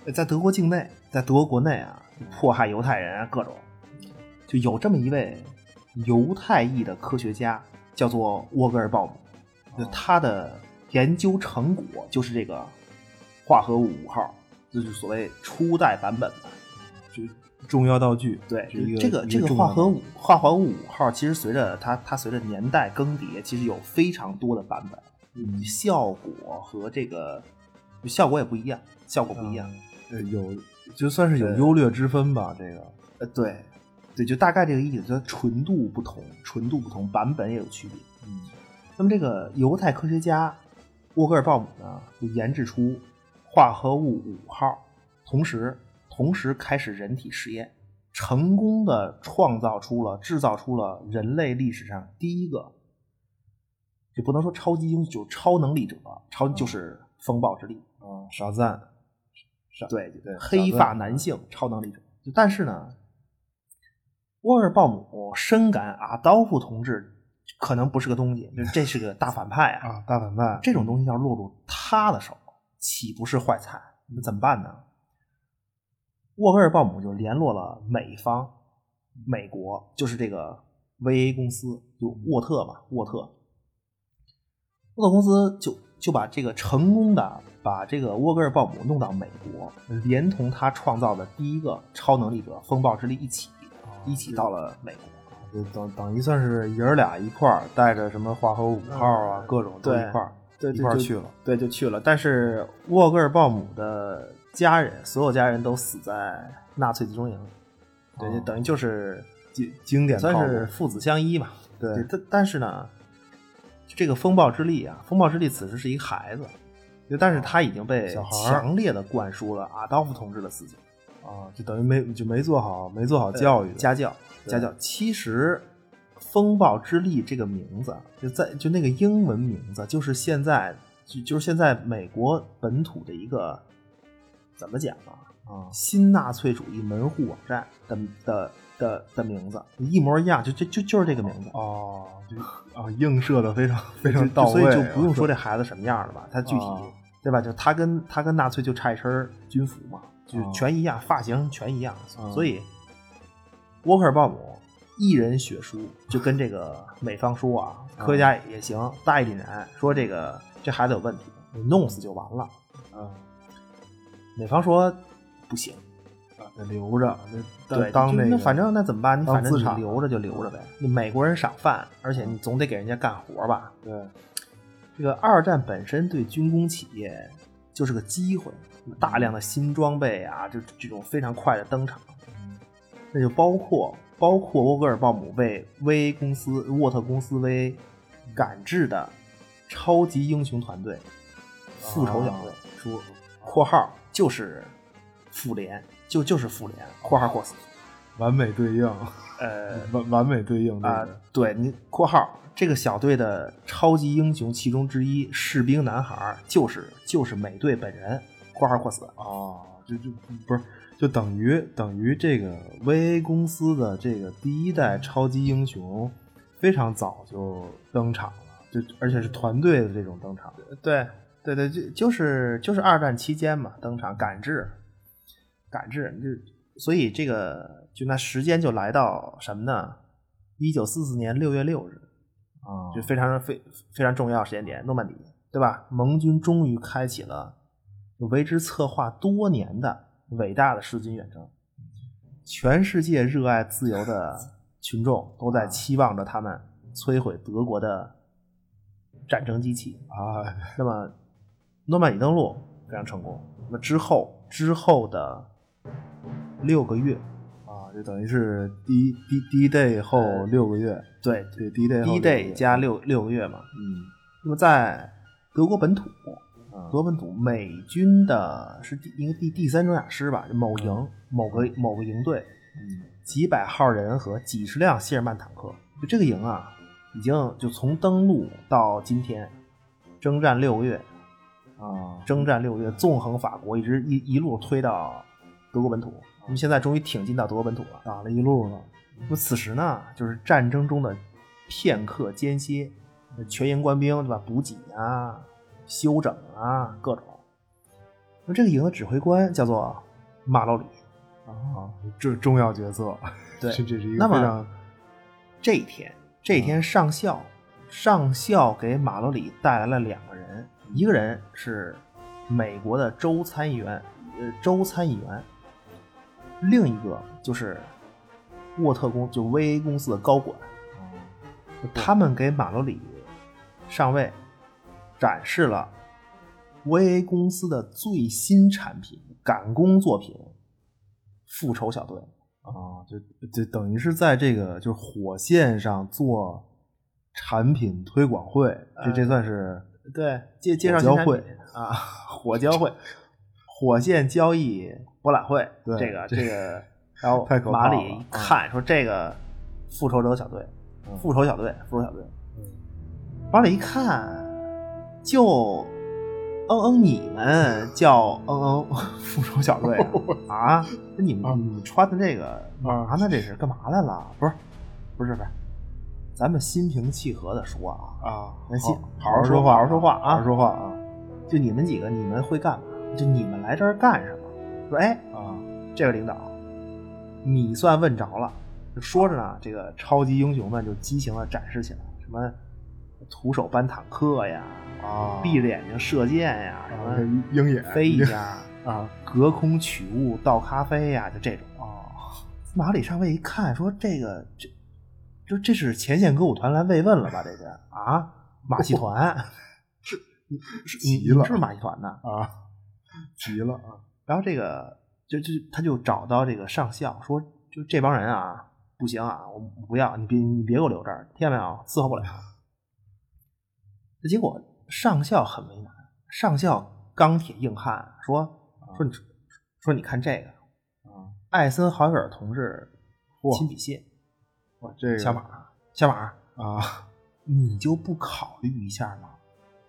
Speaker 2: 呃在德国境内，在德国国内啊，迫害犹太人啊，各种，就有这么一位犹太裔的科学家，叫做沃格尔鲍姆，就他的研究成果就是这个化合物五号，就是所谓初代版本吧。
Speaker 4: 重要道具，
Speaker 2: 对
Speaker 4: 是一，个
Speaker 2: 这个
Speaker 4: 一
Speaker 2: 这
Speaker 4: 个
Speaker 2: 个
Speaker 4: 重要
Speaker 2: 化
Speaker 4: 的
Speaker 2: 合物化合物五号，其实随着它它随着年代更迭，其实有非常多的版本，
Speaker 4: 嗯
Speaker 2: 效果和这个效果也不一样，效果不一样。
Speaker 4: 呃有就算是有优劣之分吧，这个
Speaker 2: 呃，对，对，就大概这个意思，它纯度不同，纯度不同，版本也有区别。
Speaker 4: 嗯
Speaker 2: 那么这个犹太科学家沃格尔鲍姆呢，就研制出化合物五号，同时同时开始人体实验，成功的创造出了制造出了人类历史上第一个，就不能说超级英雄，就是超能力者，超就是风暴之力，
Speaker 4: 啊少赞，少
Speaker 2: 对
Speaker 4: 对
Speaker 2: 黑
Speaker 4: 少
Speaker 2: 发
Speaker 4: 赞
Speaker 2: 男性超能力者。就但是呢，沃尔鲍姆深感阿道夫同志可能不是个东西，就这是个大反派啊
Speaker 4: 啊大反派，
Speaker 2: 这种东西要落入他的手，岂不是坏菜？那怎么办呢？沃格尔鲍姆就联络了美方，美国就是这个 VA 公司，就沃特嘛，沃特，沃特公司就就把这个成功的把这个沃格尔鲍姆弄到美国，连同他创造的第一个超能力者风暴之力一起，一起到了美国。
Speaker 4: 哦就等等于算是爷儿俩一块儿带着什么化合物五号啊
Speaker 2: 嗯
Speaker 4: 各种都
Speaker 2: 对
Speaker 4: 一块儿
Speaker 2: 对
Speaker 4: 一块儿去了，
Speaker 2: 对，就去了。但是沃格尔鲍姆的家人，所有家人都死在纳粹集中营，对，
Speaker 4: 哦
Speaker 2: 就等于就是
Speaker 4: 经经典
Speaker 2: 算
Speaker 4: 套
Speaker 2: 是
Speaker 4: 路
Speaker 2: 父子相依吧。
Speaker 4: 对
Speaker 2: 但但是呢，这个风暴之力啊，风暴之力此时是一个孩子，就但是他已经被
Speaker 4: 小孩儿
Speaker 2: 强烈的灌输了阿道夫同志的思想，
Speaker 4: 啊，就等于没就没做好没做好教育的
Speaker 2: 家教
Speaker 4: 对
Speaker 2: 家教。其实。风暴之力这个名字，啊就在就那个英文名字，就是现在就就是现在美国本土的一个怎么讲啊？
Speaker 4: 啊
Speaker 2: 新纳粹主义门户网站的的的的名字一模一样，就就就就是这个名字，
Speaker 4: 哦，就啊映射的非常非
Speaker 2: 就
Speaker 4: 常到位
Speaker 2: 所
Speaker 4: 啊，
Speaker 2: 以就不用说这孩子什么样了吧，他具体、
Speaker 4: 啊
Speaker 2: 对吧？就他跟他跟纳粹就差一身军服嘛，就
Speaker 4: 啊
Speaker 2: 全一样，发型全一样，
Speaker 4: 啊
Speaker 2: 所以沃克尔鲍姆一人血书就跟这个美方说啊，
Speaker 4: 啊
Speaker 2: 科学家也行，大义凛然说这个这孩子有问题，你弄死就完了。
Speaker 4: 啊
Speaker 2: 美方说不行，
Speaker 4: 啊得留着，那
Speaker 2: 对，
Speaker 4: 当当
Speaker 2: 就那
Speaker 4: 个
Speaker 2: 反正那怎么办？你
Speaker 4: 当
Speaker 2: 反正
Speaker 4: 资
Speaker 2: 你
Speaker 4: 产
Speaker 2: 留着就留着呗。你美国人赏饭，而且你总得给人家干活吧。
Speaker 4: 对
Speaker 2: 这个二战本身对军工企业就是个机会，大量的新装备啊，就这种非常快的登场。那就包括包括沃格尔鲍姆为 VA 公司沃特公司 VA 赶制的超级英雄团队复仇小
Speaker 4: 啊
Speaker 2: 队，
Speaker 4: 说
Speaker 2: （括号就是复联，就就是复联）（括号括死
Speaker 4: 完美对应，）
Speaker 2: 呃，
Speaker 4: 完完美对应这
Speaker 2: 啊、
Speaker 4: 个
Speaker 2: 对你（括号）这个小队的超级英雄其中之一士兵男孩儿就是就是美队本人（括号括死
Speaker 4: 啊，就就不是。就等于等于这个 VA 公司的这个第一代超级英雄，非常早就登场了，就而且是团队的这种登场。）。
Speaker 2: 对对对，就就是就是二战期间嘛，登场赶制，赶制就所以这个就那时间就来到什么呢？一九四四年六月六日，
Speaker 4: 啊，
Speaker 2: 就非常非非常重要的时间点，诺曼底，对吧？盟军终于开启了为之策划多年的伟大的弑军远征，全世界热爱自由的群众都在期望着他们摧毁德国的战争机器。
Speaker 4: 啊，
Speaker 2: 那么，诺曼底登陆非常成功。那么之后之后的六个月，
Speaker 4: 啊，就等于是第一第第一 day 后六个月，
Speaker 2: 对
Speaker 4: 对第一 day
Speaker 2: 第一
Speaker 4: 后六个月
Speaker 2: day 加，六六个月嘛。
Speaker 4: 嗯，
Speaker 2: 那么在德国本土，
Speaker 4: 啊
Speaker 2: 德本土美军的是第一个第第三装甲师吧，某
Speaker 4: 嗯
Speaker 2: 营某个某个营队，几百号人和几十辆谢尔曼坦克，就这个营啊，已经就从登陆到今天，征战六个月，
Speaker 4: 啊，
Speaker 2: 征战六月，纵横法国，一直一一路推到德国本土。那么现在终于挺进到德国本土了。
Speaker 4: 打了一路了，
Speaker 2: 那么此时呢，就是战争中的片刻间歇，呃全营官兵对吧？补给啊，休整啊，各种。那这个营的指挥官叫做马老里，
Speaker 4: 啊，这重要角色，
Speaker 2: 对
Speaker 4: [laughs] 这这是一
Speaker 2: 那
Speaker 4: 个
Speaker 2: 么
Speaker 4: 非常
Speaker 2: 这一天，这一天上校，上校给马洛里带来了两个人，一个人是美国的州参议员，呃，州参议员，另一个就是沃特公，就 VA 公司的高管，他们给马洛里上尉展示了 VA 公司的最新产品——赶工作品——复仇小队。
Speaker 4: 啊，就就等于是在这个就是火线上做产品推广会，这这算是
Speaker 2: 对，介介绍
Speaker 4: 交
Speaker 2: 新产
Speaker 4: 会
Speaker 2: 品啊， [laughs] 火交会、火线交易博览会，
Speaker 4: 对
Speaker 2: 这个
Speaker 4: 这
Speaker 2: 这
Speaker 4: [laughs]
Speaker 2: 个，然后
Speaker 4: 太可怕
Speaker 2: 马
Speaker 4: 了
Speaker 2: 里一看说这个复仇者小队，
Speaker 4: 嗯
Speaker 2: 复仇小队，复仇小队，马里一看就。嗯嗯，你们叫嗯嗯 [laughs] 复仇小
Speaker 4: [laughs]
Speaker 2: 队啊？啊那你
Speaker 4: 啊
Speaker 2: 们你们穿的这个
Speaker 4: 嗯
Speaker 2: 嘛呢？这是干嘛来了？不是，不是，不是，咱们心平气和的说啊，
Speaker 4: 啊，
Speaker 2: 咱
Speaker 4: 好
Speaker 2: 先好
Speaker 4: 好好
Speaker 2: 好
Speaker 4: 说
Speaker 2: 说
Speaker 4: 话，
Speaker 2: 话好好说话啊
Speaker 4: 好好说话啊
Speaker 2: 就你们几个，你们会干嘛？就你们来这儿干什么？说，哎，
Speaker 4: 啊，
Speaker 2: 这位领导，你算问着了。就说着呢，这个超级英雄们就激情的展示起来，什么徒手搬坦克呀，
Speaker 4: 啊
Speaker 2: 闭着眼睛射箭呀，什
Speaker 4: 啊，这
Speaker 2: 么
Speaker 4: 鹰眼
Speaker 2: 飞一
Speaker 4: 鹰
Speaker 2: 下，
Speaker 4: 啊
Speaker 2: 隔空取物倒咖啡呀，就这种。
Speaker 4: 啊，
Speaker 2: 马里上尉一看，说这个这这这是前线歌舞团来慰问了吧？这是啊，马戏团，你
Speaker 4: 急
Speaker 2: 你
Speaker 4: 了
Speaker 2: 是马戏团呢？
Speaker 4: 啊，急了啊，
Speaker 2: 然后这个就就他就找到这个上校说，就这帮人啊，不行啊，我我不要你别你别给我留这儿，听见没有？伺候不了。结果上校很为难，上校钢铁硬汉说说你说你看这个
Speaker 4: 啊，
Speaker 2: 艾森豪威尔同志
Speaker 4: 嚯
Speaker 2: 亲笔信，
Speaker 4: 哇，这个
Speaker 2: 小马小马，
Speaker 4: 啊，
Speaker 2: 你就不考虑一下吗？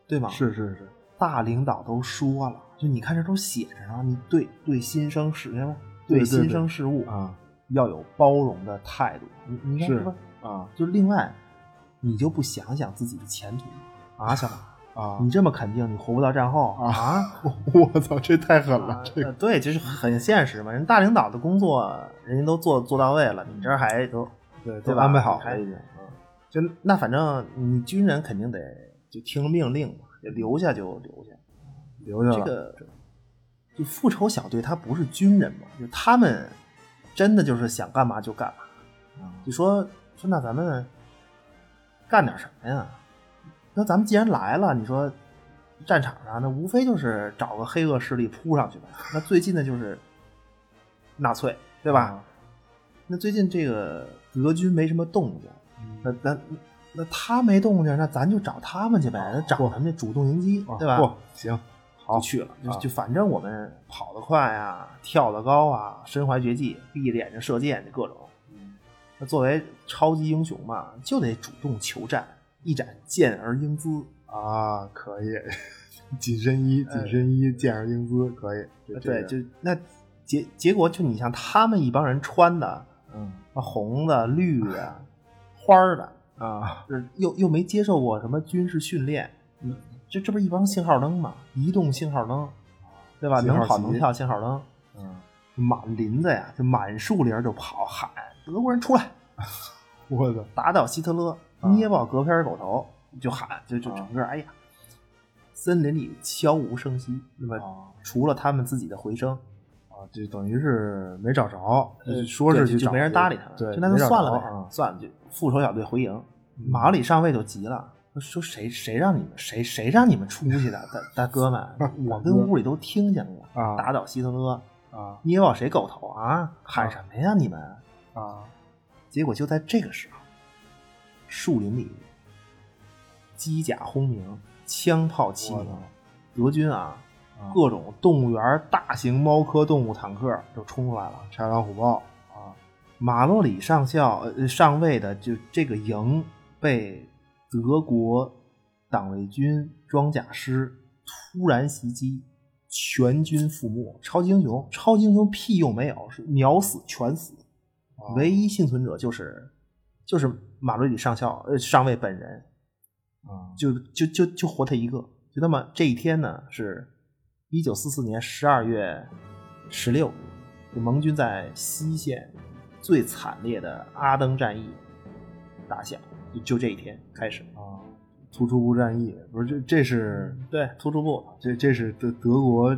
Speaker 2: 对吗？
Speaker 4: 是是是，
Speaker 2: 大领导都说了，就你看这都写着呢，你对对新生事什么
Speaker 4: 对
Speaker 2: 对
Speaker 4: 对对
Speaker 2: 新生事物
Speaker 4: 啊
Speaker 2: 要有包容的态度。你你看
Speaker 4: 是
Speaker 2: 是吧？
Speaker 4: 啊
Speaker 2: 就另外，你就不想想自己的前途吗啊，小马，
Speaker 4: 啊
Speaker 2: 你，这么肯定你活不到战后
Speaker 4: 啊？我操，这太狠了
Speaker 2: 啊，
Speaker 4: 这个
Speaker 2: 呃对，就是很现实嘛。人大领导的工作，人家都做做到位了，你这儿还都
Speaker 4: 对
Speaker 2: 对
Speaker 4: 都
Speaker 2: 吧
Speaker 4: 安排好
Speaker 2: 还嗯
Speaker 4: 了已经，
Speaker 2: 就那反正你军人肯定得就听命令嘛，就留下就留下。
Speaker 4: 嗯留下
Speaker 2: 这
Speaker 4: 了，
Speaker 2: 个就复仇小队，他不是军人嘛，就他们真的就是想干嘛就干嘛。
Speaker 4: 啊
Speaker 2: 就说说那咱们干点什么呀？那咱们既然来了，你说战场上那无非就是找个黑恶势力扑上去呗。那最近的就是纳粹，对吧？
Speaker 4: 啊
Speaker 2: 那最近这个德军没什么动静，
Speaker 4: 嗯
Speaker 2: 那那那他没动静，那咱就找他们去
Speaker 4: 哦
Speaker 2: 呗，那找他们去主动迎击，对吧？
Speaker 4: 嚯哦行，
Speaker 2: 就去了，就
Speaker 4: 啊
Speaker 2: 就反正我们跑得快啊，跳得高啊，身怀绝技，闭着眼睛射箭，就各种。那作为超级英雄嘛，就得主动求战，一展健儿英姿。
Speaker 4: 啊，可以，紧身衣，紧身衣，健而英姿，可以。
Speaker 2: 嗯
Speaker 4: 这
Speaker 2: 呃对，
Speaker 4: 这
Speaker 2: 就那结结果就你像他们一帮人穿的
Speaker 4: 嗯
Speaker 2: 啊红的、绿的、花儿的，
Speaker 4: 啊，
Speaker 2: 就是又又没接受过什么军事训练，嗯，这这不是一帮信号灯嘛，移动信号灯，对吧？
Speaker 4: 信号
Speaker 2: 能跑
Speaker 4: 旗
Speaker 2: 能跳信号灯，
Speaker 4: 嗯，
Speaker 2: 满林子呀，就满树林儿就跑喊德国人出来，
Speaker 4: [laughs] 我的
Speaker 2: 打倒希特勒，
Speaker 4: 啊
Speaker 2: 捏爆隔片狗头，就喊，就就
Speaker 4: 啊
Speaker 2: 整个哎呀，森林里悄无声息。那么
Speaker 4: 啊
Speaker 2: 除了他们自己的回声，
Speaker 4: 啊，就等于是没找着，
Speaker 2: 呃
Speaker 4: 说
Speaker 2: 对就
Speaker 4: 是去
Speaker 2: 就
Speaker 4: 找
Speaker 2: 没人搭理他们，
Speaker 4: 对，
Speaker 2: 就那就
Speaker 4: 没找
Speaker 2: 算了
Speaker 4: 着
Speaker 2: 呗，
Speaker 4: 啊
Speaker 2: 算了，就复仇小队回营。
Speaker 4: 嗯
Speaker 2: 马里上尉就急了，说谁谁让你们谁谁让你们出去的，大大哥
Speaker 4: [laughs]
Speaker 2: 们，我跟屋里都听见了，
Speaker 4: 啊
Speaker 2: 打倒希特勒，
Speaker 4: 啊
Speaker 2: 捏爆谁狗头啊，喊什么呀你们？
Speaker 4: 啊
Speaker 2: 结果就在这个时候，树林里机甲轰鸣，枪炮齐
Speaker 4: 我
Speaker 2: 鸣
Speaker 4: 的，
Speaker 2: 德军啊，
Speaker 4: 啊
Speaker 2: 各种动物园、大型猫科动物坦克就冲出来了。
Speaker 4: 豺狼虎豹啊
Speaker 2: 马洛里上校呃上尉的就这个营被德国党卫军装甲师
Speaker 4: 突然袭击，全军覆没。超级英雄，超级英雄屁用没有，是秒死全死，唯一幸存者就是就是马瑞里上校呃上尉本人，
Speaker 2: 啊
Speaker 4: 就就就就活他一个。就那么这一天呢，是一九四四年十二月十六日，就盟军在西线最惨烈的阿登战役打响，就就这一天开始。
Speaker 2: 啊，
Speaker 4: 突出部战役不是这这是
Speaker 2: 对，
Speaker 4: 突出部，这这是德德国，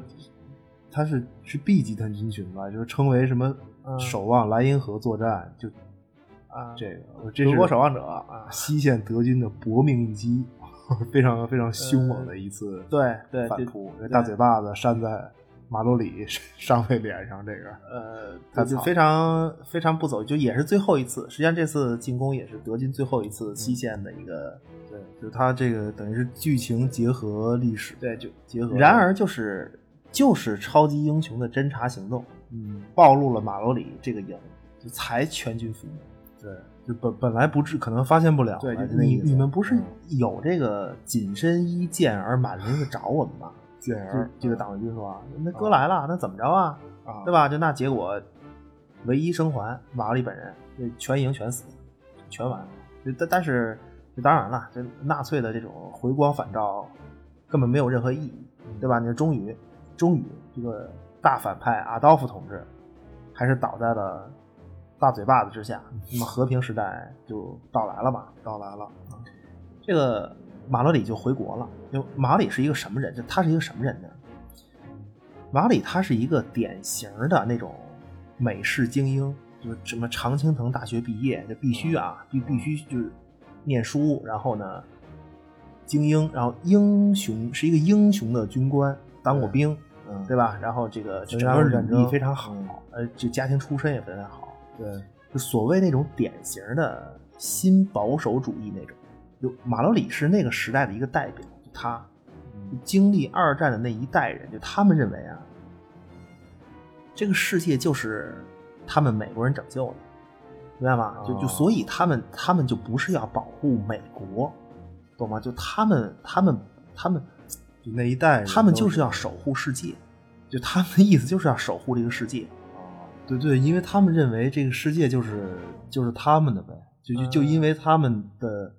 Speaker 4: 它是是 B 级团军群吧，就是称为什么
Speaker 2: 嗯
Speaker 4: 守望莱茵河作战，就
Speaker 2: 啊，
Speaker 4: 这个这是
Speaker 2: 德国守望者啊，
Speaker 4: 西线德军的搏命一击，非常非常凶猛的一次
Speaker 2: 呃对对
Speaker 4: 反
Speaker 2: 对，
Speaker 4: 扑，这大嘴巴子扇在马洛里上尉脸上，这个
Speaker 2: 呃，
Speaker 4: 太
Speaker 2: 对就
Speaker 4: 惨
Speaker 2: 非常非常不走，就也是最后一次。实际上这次进攻也是德军最后一次西线的一个
Speaker 4: 对，就是他这个等于是剧情结合历史，
Speaker 2: 对，就
Speaker 4: 结合。
Speaker 2: 然而就是就是超级英雄的侦察行动
Speaker 4: 嗯，
Speaker 2: 暴露了马罗里这个营，就才全军覆没。
Speaker 4: 对，就本本来不至，可能发现不了了。
Speaker 2: 对，就
Speaker 4: 就是那
Speaker 2: 你
Speaker 4: 意思
Speaker 2: 你们不是
Speaker 4: 嗯
Speaker 2: 有这个紧身衣见而马林子找我们吗？
Speaker 4: 见
Speaker 2: 这
Speaker 4: 人嗯
Speaker 2: 这个党卫军说啊，那哥来了，那怎么着啊？
Speaker 4: 啊，
Speaker 2: 对吧？就那结果，唯一生还马格里本人，这全赢全死，全完。就但但是，就当然了，这纳粹的这种回光返照根本没有任何意义，
Speaker 4: 嗯
Speaker 2: 对吧？你终于，终于，这个大反派阿道夫同志还是倒在了大嘴巴子之下。那么和平时代就到来了嘛？
Speaker 4: 嗯到来了，
Speaker 2: 这个马勒里就回国了。就马勒里是一个什么人？就他是一个什么人呢？马勒里他是一个典型的那种美式精英，就是什么常青藤大学毕业，就必须啊，必必须就是念书，然后呢，精英，然后英雄是一个英雄的军官，当过兵，
Speaker 4: 嗯，
Speaker 2: 对吧？然后这个
Speaker 4: 文
Speaker 2: 整
Speaker 4: 化
Speaker 2: 个
Speaker 4: 战
Speaker 2: 履历
Speaker 4: 争
Speaker 2: 非常好
Speaker 4: 嗯，
Speaker 2: 呃，这家庭出身也非常好，
Speaker 4: 对，
Speaker 2: 就所谓那种典型的新保守主义那种。就马洛里是那个时代的一个代表，就他
Speaker 4: 嗯
Speaker 2: 就经历二战的那一代人，就他们认为啊，这个世界就是他们美国人拯救的，明白吗？就就
Speaker 4: 哦
Speaker 2: 所以他们他们就不是要保护美国，懂吗？就他们他们他们
Speaker 4: 就那一代人都，
Speaker 2: 他们就是要守护世界，就他们的意思就是要守护这个世界。
Speaker 4: 哦对对，因为他们认为这个世界就是就是他们的呗，就就
Speaker 2: 嗯
Speaker 4: 就因为他们的，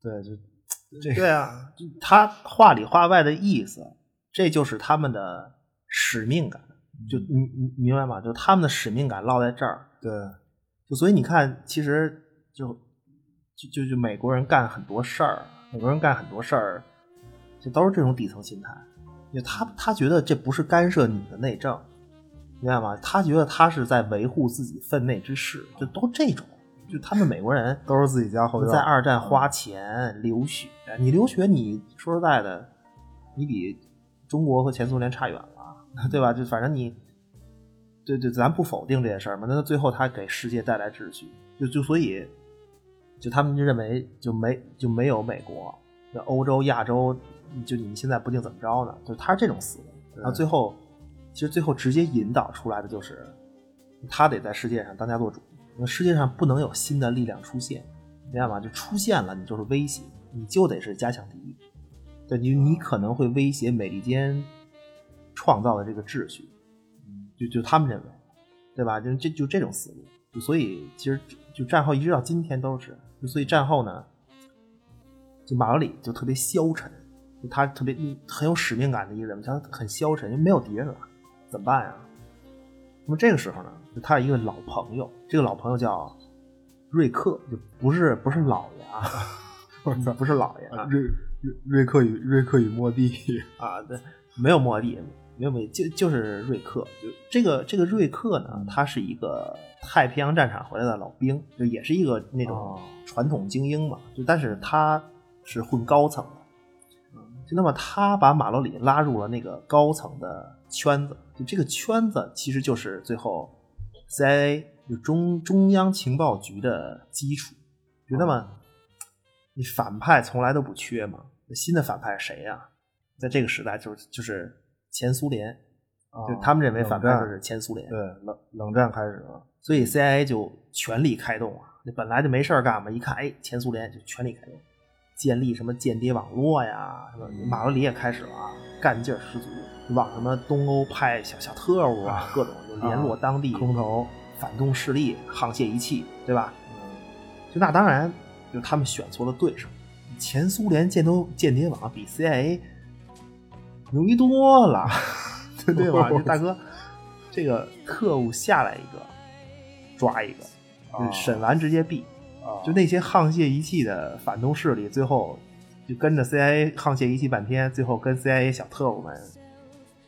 Speaker 4: 对，
Speaker 2: [laughs]
Speaker 4: 就这个
Speaker 2: 对啊，他话里话外的意思，这就是他们的使命感。就你你你明白吗？就他们的使命感落在这儿。
Speaker 4: 对，
Speaker 2: 就所以你看，其实就就就就美国人干很多事儿，美国人干很多事儿，就都是这种底层心态。就他他觉得这不是干涉你的内政，明白吗？他觉得他是在维护自己分内之事，就都这种。就他们美国人
Speaker 4: 都是自己家后院，
Speaker 2: 在二战花钱留学，你留学你说实在的，你比中国和前苏联差远了， [laughs] 对吧？就反正你，对对，咱不否定这件事儿嘛。那最后他给世界带来秩序，就就所以，就他们就认为就没就没有美国，那欧洲、亚洲，就你们现在不定怎么着呢，就他是这种思维。然后最后，其实最后直接引导出来的就是，他得在世界上当家做主，因为世界上不能有新的力量出现，明白吗？就出现了，你就是威胁，你就得是加强敌意。对你，你可能会威胁美利坚创造的这个秩序，就就他们认为，对吧？就这就这种思路，就所以其实就就战后一直到今天都是，就所以战后呢，就马格里就特别消沉，就他特别嗯很有使命感的一个人，他很消沉，就没有敌人了，怎么办呀？啊那么这个时候呢，就他有一个老朋友，这个老朋友叫瑞克，就不是不是老爷啊， [laughs] 不是老爷
Speaker 4: 啊
Speaker 2: 啊，
Speaker 4: 瑞瑞瑞克与瑞克与莫蒂，
Speaker 2: 啊，对，没有莫蒂，没有莫蒂，就就是瑞克。就这个这个瑞克呢，他是一个太平洋战场回来的老兵，就也是一个那种
Speaker 4: 哦
Speaker 2: 传统精英嘛。就但是他是混高层的，嗯就那么他把马洛里拉入了那个高层的圈子，就这个圈子其实就是最后 CIA 就中中央情报局的基础。就那么，你反派从来都不缺嘛，那新的反派是谁啊呀、在这个时代就是就是前苏联，就是他们认为反派就是前苏联，
Speaker 4: 哦对冷冷战开始了，
Speaker 2: 所以 CIA 就全力开动啊，那本来就没事儿干嘛，一看哎前苏联就全力开动，建立什么间谍网络呀，什么
Speaker 4: 嗯
Speaker 2: 马德里也开始了啊，干劲儿十足，往什么东欧派小小特务啊，各种就联络当地
Speaker 4: 空投，
Speaker 2: 反动势力，沆瀣一气，对吧？
Speaker 4: 嗯
Speaker 2: 就那当然，就他们选错了对手，前苏联间谍间谍网比 CIA 牛逼多
Speaker 4: [laughs]
Speaker 2: 了，对对吧？这大哥，这个特务下来一个，抓一个，
Speaker 4: 啊
Speaker 2: 就审完直接毙。
Speaker 4: 啊
Speaker 2: 就那些沆瀣一气的反动势力，最后就跟着 CIA 沆瀣一气半天，最后跟 CIA 小特务们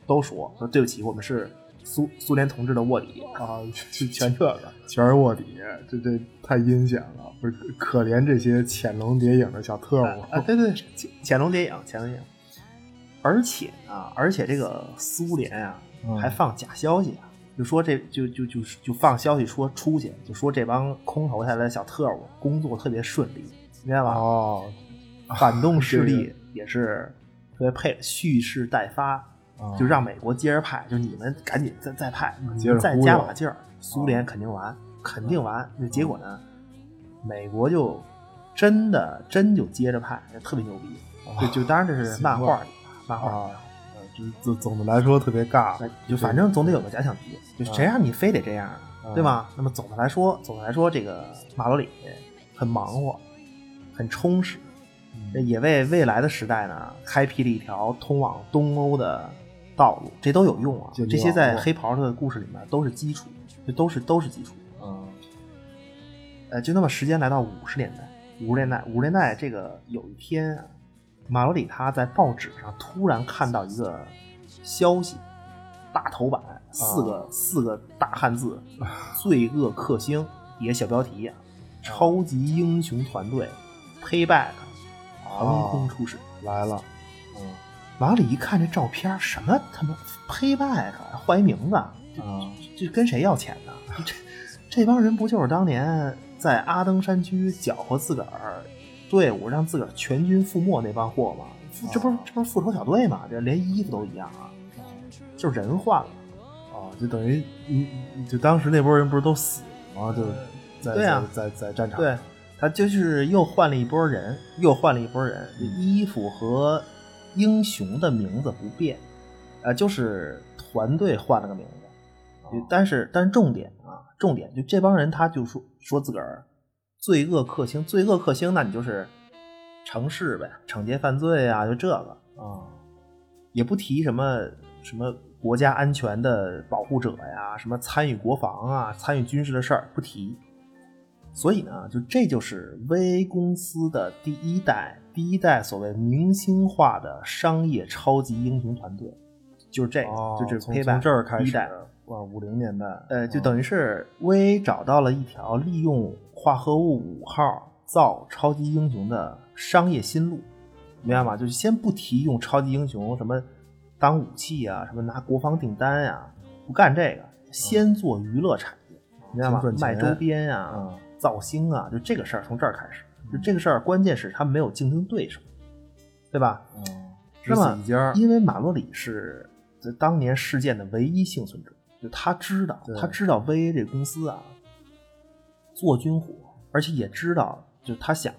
Speaker 2: 都说说对不起，我们是苏苏联同志的卧底，
Speaker 4: 啊，就全这个，全是卧底，这这太阴险了，不是可怜这些潜龙谍影的小特务
Speaker 2: 啊，对对，潜潜龙谍影，潜龙谍影。而且啊，而且这个苏联啊，
Speaker 4: 嗯
Speaker 2: 还放假消息啊，就说这就就就就放消息说出去，就说这帮空投下来的小特务工作特别顺利，明白吧？
Speaker 4: 哦
Speaker 2: 反动势
Speaker 4: 这
Speaker 2: 力也是特别配，蓄势待发，
Speaker 4: 啊
Speaker 2: 就让美国接着派，就你们赶紧再再派，你
Speaker 4: 嗯接着
Speaker 2: 们再
Speaker 4: 忽悠哦嗯
Speaker 2: 加把劲儿，苏联肯定完，肯定完。那结果呢，美国就真的真就接着派，特别牛逼。就就当然这是
Speaker 4: 习
Speaker 2: 漫
Speaker 4: 惯
Speaker 2: 画里的，漫画里
Speaker 4: 啊，呃就就总的来说特别尬
Speaker 2: 那，就反正总得有个假想敌，就
Speaker 4: 啊
Speaker 2: 谁让你非得这样呢，
Speaker 4: 嗯
Speaker 2: 对吧？那么总的来说，总的来说，这个马罗里很忙活，很充实，
Speaker 4: 嗯
Speaker 2: 这也为未来的时代呢开辟了一条通往东欧的道路，这都有用啊
Speaker 4: 这。
Speaker 2: 这些在
Speaker 4: 有啊
Speaker 2: 黑袍的故事里面都是基础，这都是都是基础。
Speaker 4: 嗯
Speaker 2: 呃，就那么时间来到五十年代，五十年代，五十年代这个有一天啊，马罗里他在报纸上突然看到一个消息，大头版四个、四个大汉字“罪恶克星”，底下小标题、啊：超级英雄团队 Payback 横空出世。
Speaker 4: 来了，
Speaker 2: 马罗里一看这照片儿，什么他妈 Payback 啊换一名字啊，
Speaker 4: 嗯啊
Speaker 2: 这跟谁要钱呢？这这帮人不就是当年在阿登山区搅和自个儿队伍，让自个儿全军覆没那帮货吗？复这不是这不是复仇小队吗？这连衣服都一样啊，就是人换了。
Speaker 4: 啊，就等于你就当时那波人不是都死了吗？就在
Speaker 2: 对啊
Speaker 4: 在在在战场
Speaker 2: 对，他就是又换了一波人，又换了一波人，衣服和英雄的名字不变，呃，就是团队换了个名字，就但是但是重点啊，重点就这帮人他就说说自个儿罪恶克星，罪恶克星，那你就是城市呗，惩戒犯罪啊，就这个，
Speaker 4: 啊
Speaker 2: 也不提什么什么国家安全的保护者呀，什么参与国防啊、参与军事的事儿不提。所以呢，就这就是 VA 公司的第一代，第一代所谓明星化的商业超级英雄团队，就是这个，
Speaker 4: 哦
Speaker 2: 就这
Speaker 4: 从
Speaker 2: p a
Speaker 4: 从这儿开
Speaker 2: 第一
Speaker 4: 始
Speaker 2: 代，
Speaker 4: 哇，五零年代
Speaker 2: 呃，就
Speaker 4: 嗯
Speaker 2: 等于是 VA 找到了一条利用化合物五号造超级英雄的商业新路，明白吗？就是先不提用超级英雄什么当武器啊，什么拿国防订单呀、不干这个，先做娱乐产业，明白吗
Speaker 4: 嗯先赚？钱
Speaker 2: 卖周边呀、
Speaker 4: 嗯
Speaker 2: 造星啊，就这个事儿从这儿开始。就这个事儿，关键是他没有竞争对手，对吧？
Speaker 4: 嗯，只
Speaker 2: 那么
Speaker 4: 死一家儿
Speaker 2: 因为马洛里是这当年事件的唯一幸存者，就他知道，
Speaker 4: 对
Speaker 2: 他知道 VA 这公司啊做军火，而且也知道，就他想，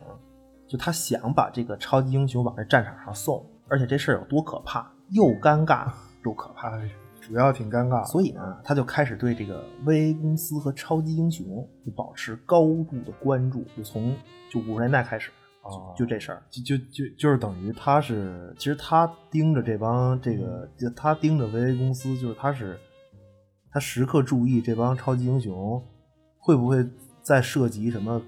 Speaker 2: 就他想把这个超级英雄往这战场上送，而且这事儿有多可怕，又尴尬又可怕。
Speaker 4: 哎，主要挺尴尬的，
Speaker 2: 所以呢，他就开始对这个 VA 公司和超级英雄就保持高度的关注，就从就五十年代开始，
Speaker 4: 哦
Speaker 2: 就就这事儿。
Speaker 4: 就就就就是等于他是，其实他盯着这帮这个，
Speaker 2: 嗯
Speaker 4: 就他盯着维 a 公司，就是他是，他时刻注意这帮超级英雄会不会再涉及什么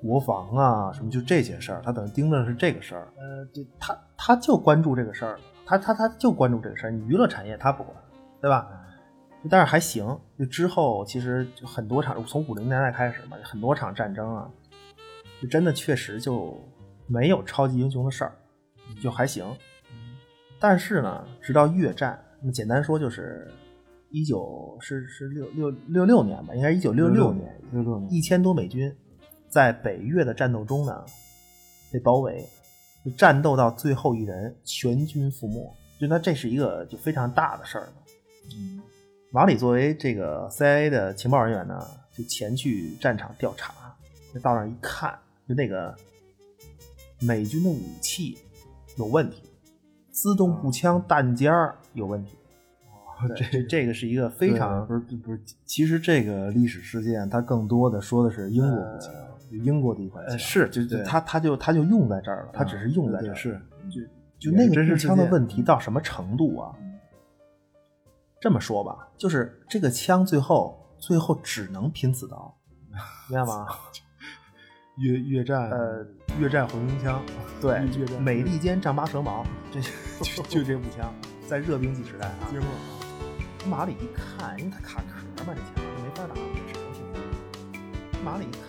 Speaker 4: 国防啊，什么就这些事儿，他等于盯着的是这个事儿。
Speaker 2: 呃，对他他就关注这个事儿了，他他他就关注这个事儿，你娱乐产业他不管，对吧？但是还行，就之后其实就很多场，从五零年代开始嘛，很多场战争啊，就真的确实就没有超级英雄的事儿，
Speaker 4: 嗯
Speaker 2: 就还行。但是呢，直到越战，那么简单说就是一九是是六六六六年吧，应该是一九六六年，
Speaker 4: 六六年，
Speaker 2: 一千多美军在北越的战斗中呢被包围，就战斗到最后一人全军覆没。就那这是一个就非常大的事儿嘛。
Speaker 4: 嗯
Speaker 2: 马里作为这个 CIA 的情报人员呢，就前去战场调查，在道上一看，就那个美军的武器有问题，自动步
Speaker 4: 啊
Speaker 2: 枪弹尖儿有问题。这这个是一个非
Speaker 4: 哦对
Speaker 2: 常
Speaker 4: 不是不是，其实这个历史事件它更多的说的是英国步枪，就英国的一款
Speaker 2: 呃
Speaker 4: 枪，
Speaker 2: 是，就就
Speaker 4: 对
Speaker 2: 他他就他就用在这儿了，他
Speaker 4: 嗯
Speaker 2: 只是用在
Speaker 4: 对
Speaker 2: 这儿，
Speaker 4: 是
Speaker 2: 就那
Speaker 4: 真
Speaker 2: 个
Speaker 4: 是
Speaker 2: 步
Speaker 4: 事
Speaker 2: 枪的嗯
Speaker 4: 件
Speaker 2: 问题到什么程度啊？这么说吧，就是这个枪最后最后只能拼刺刀，明白吗？ [laughs]
Speaker 4: 越越战
Speaker 2: 呃，
Speaker 4: 越战红缨枪，
Speaker 2: 对
Speaker 4: 越战，
Speaker 2: 美利坚丈八蛇 [laughs] 矛，这就就这步枪，在热兵器时代啊，
Speaker 4: 接末
Speaker 2: 马里一看，因为它卡壳嘛，这枪没法拿，只能拼刺刀。马里一看。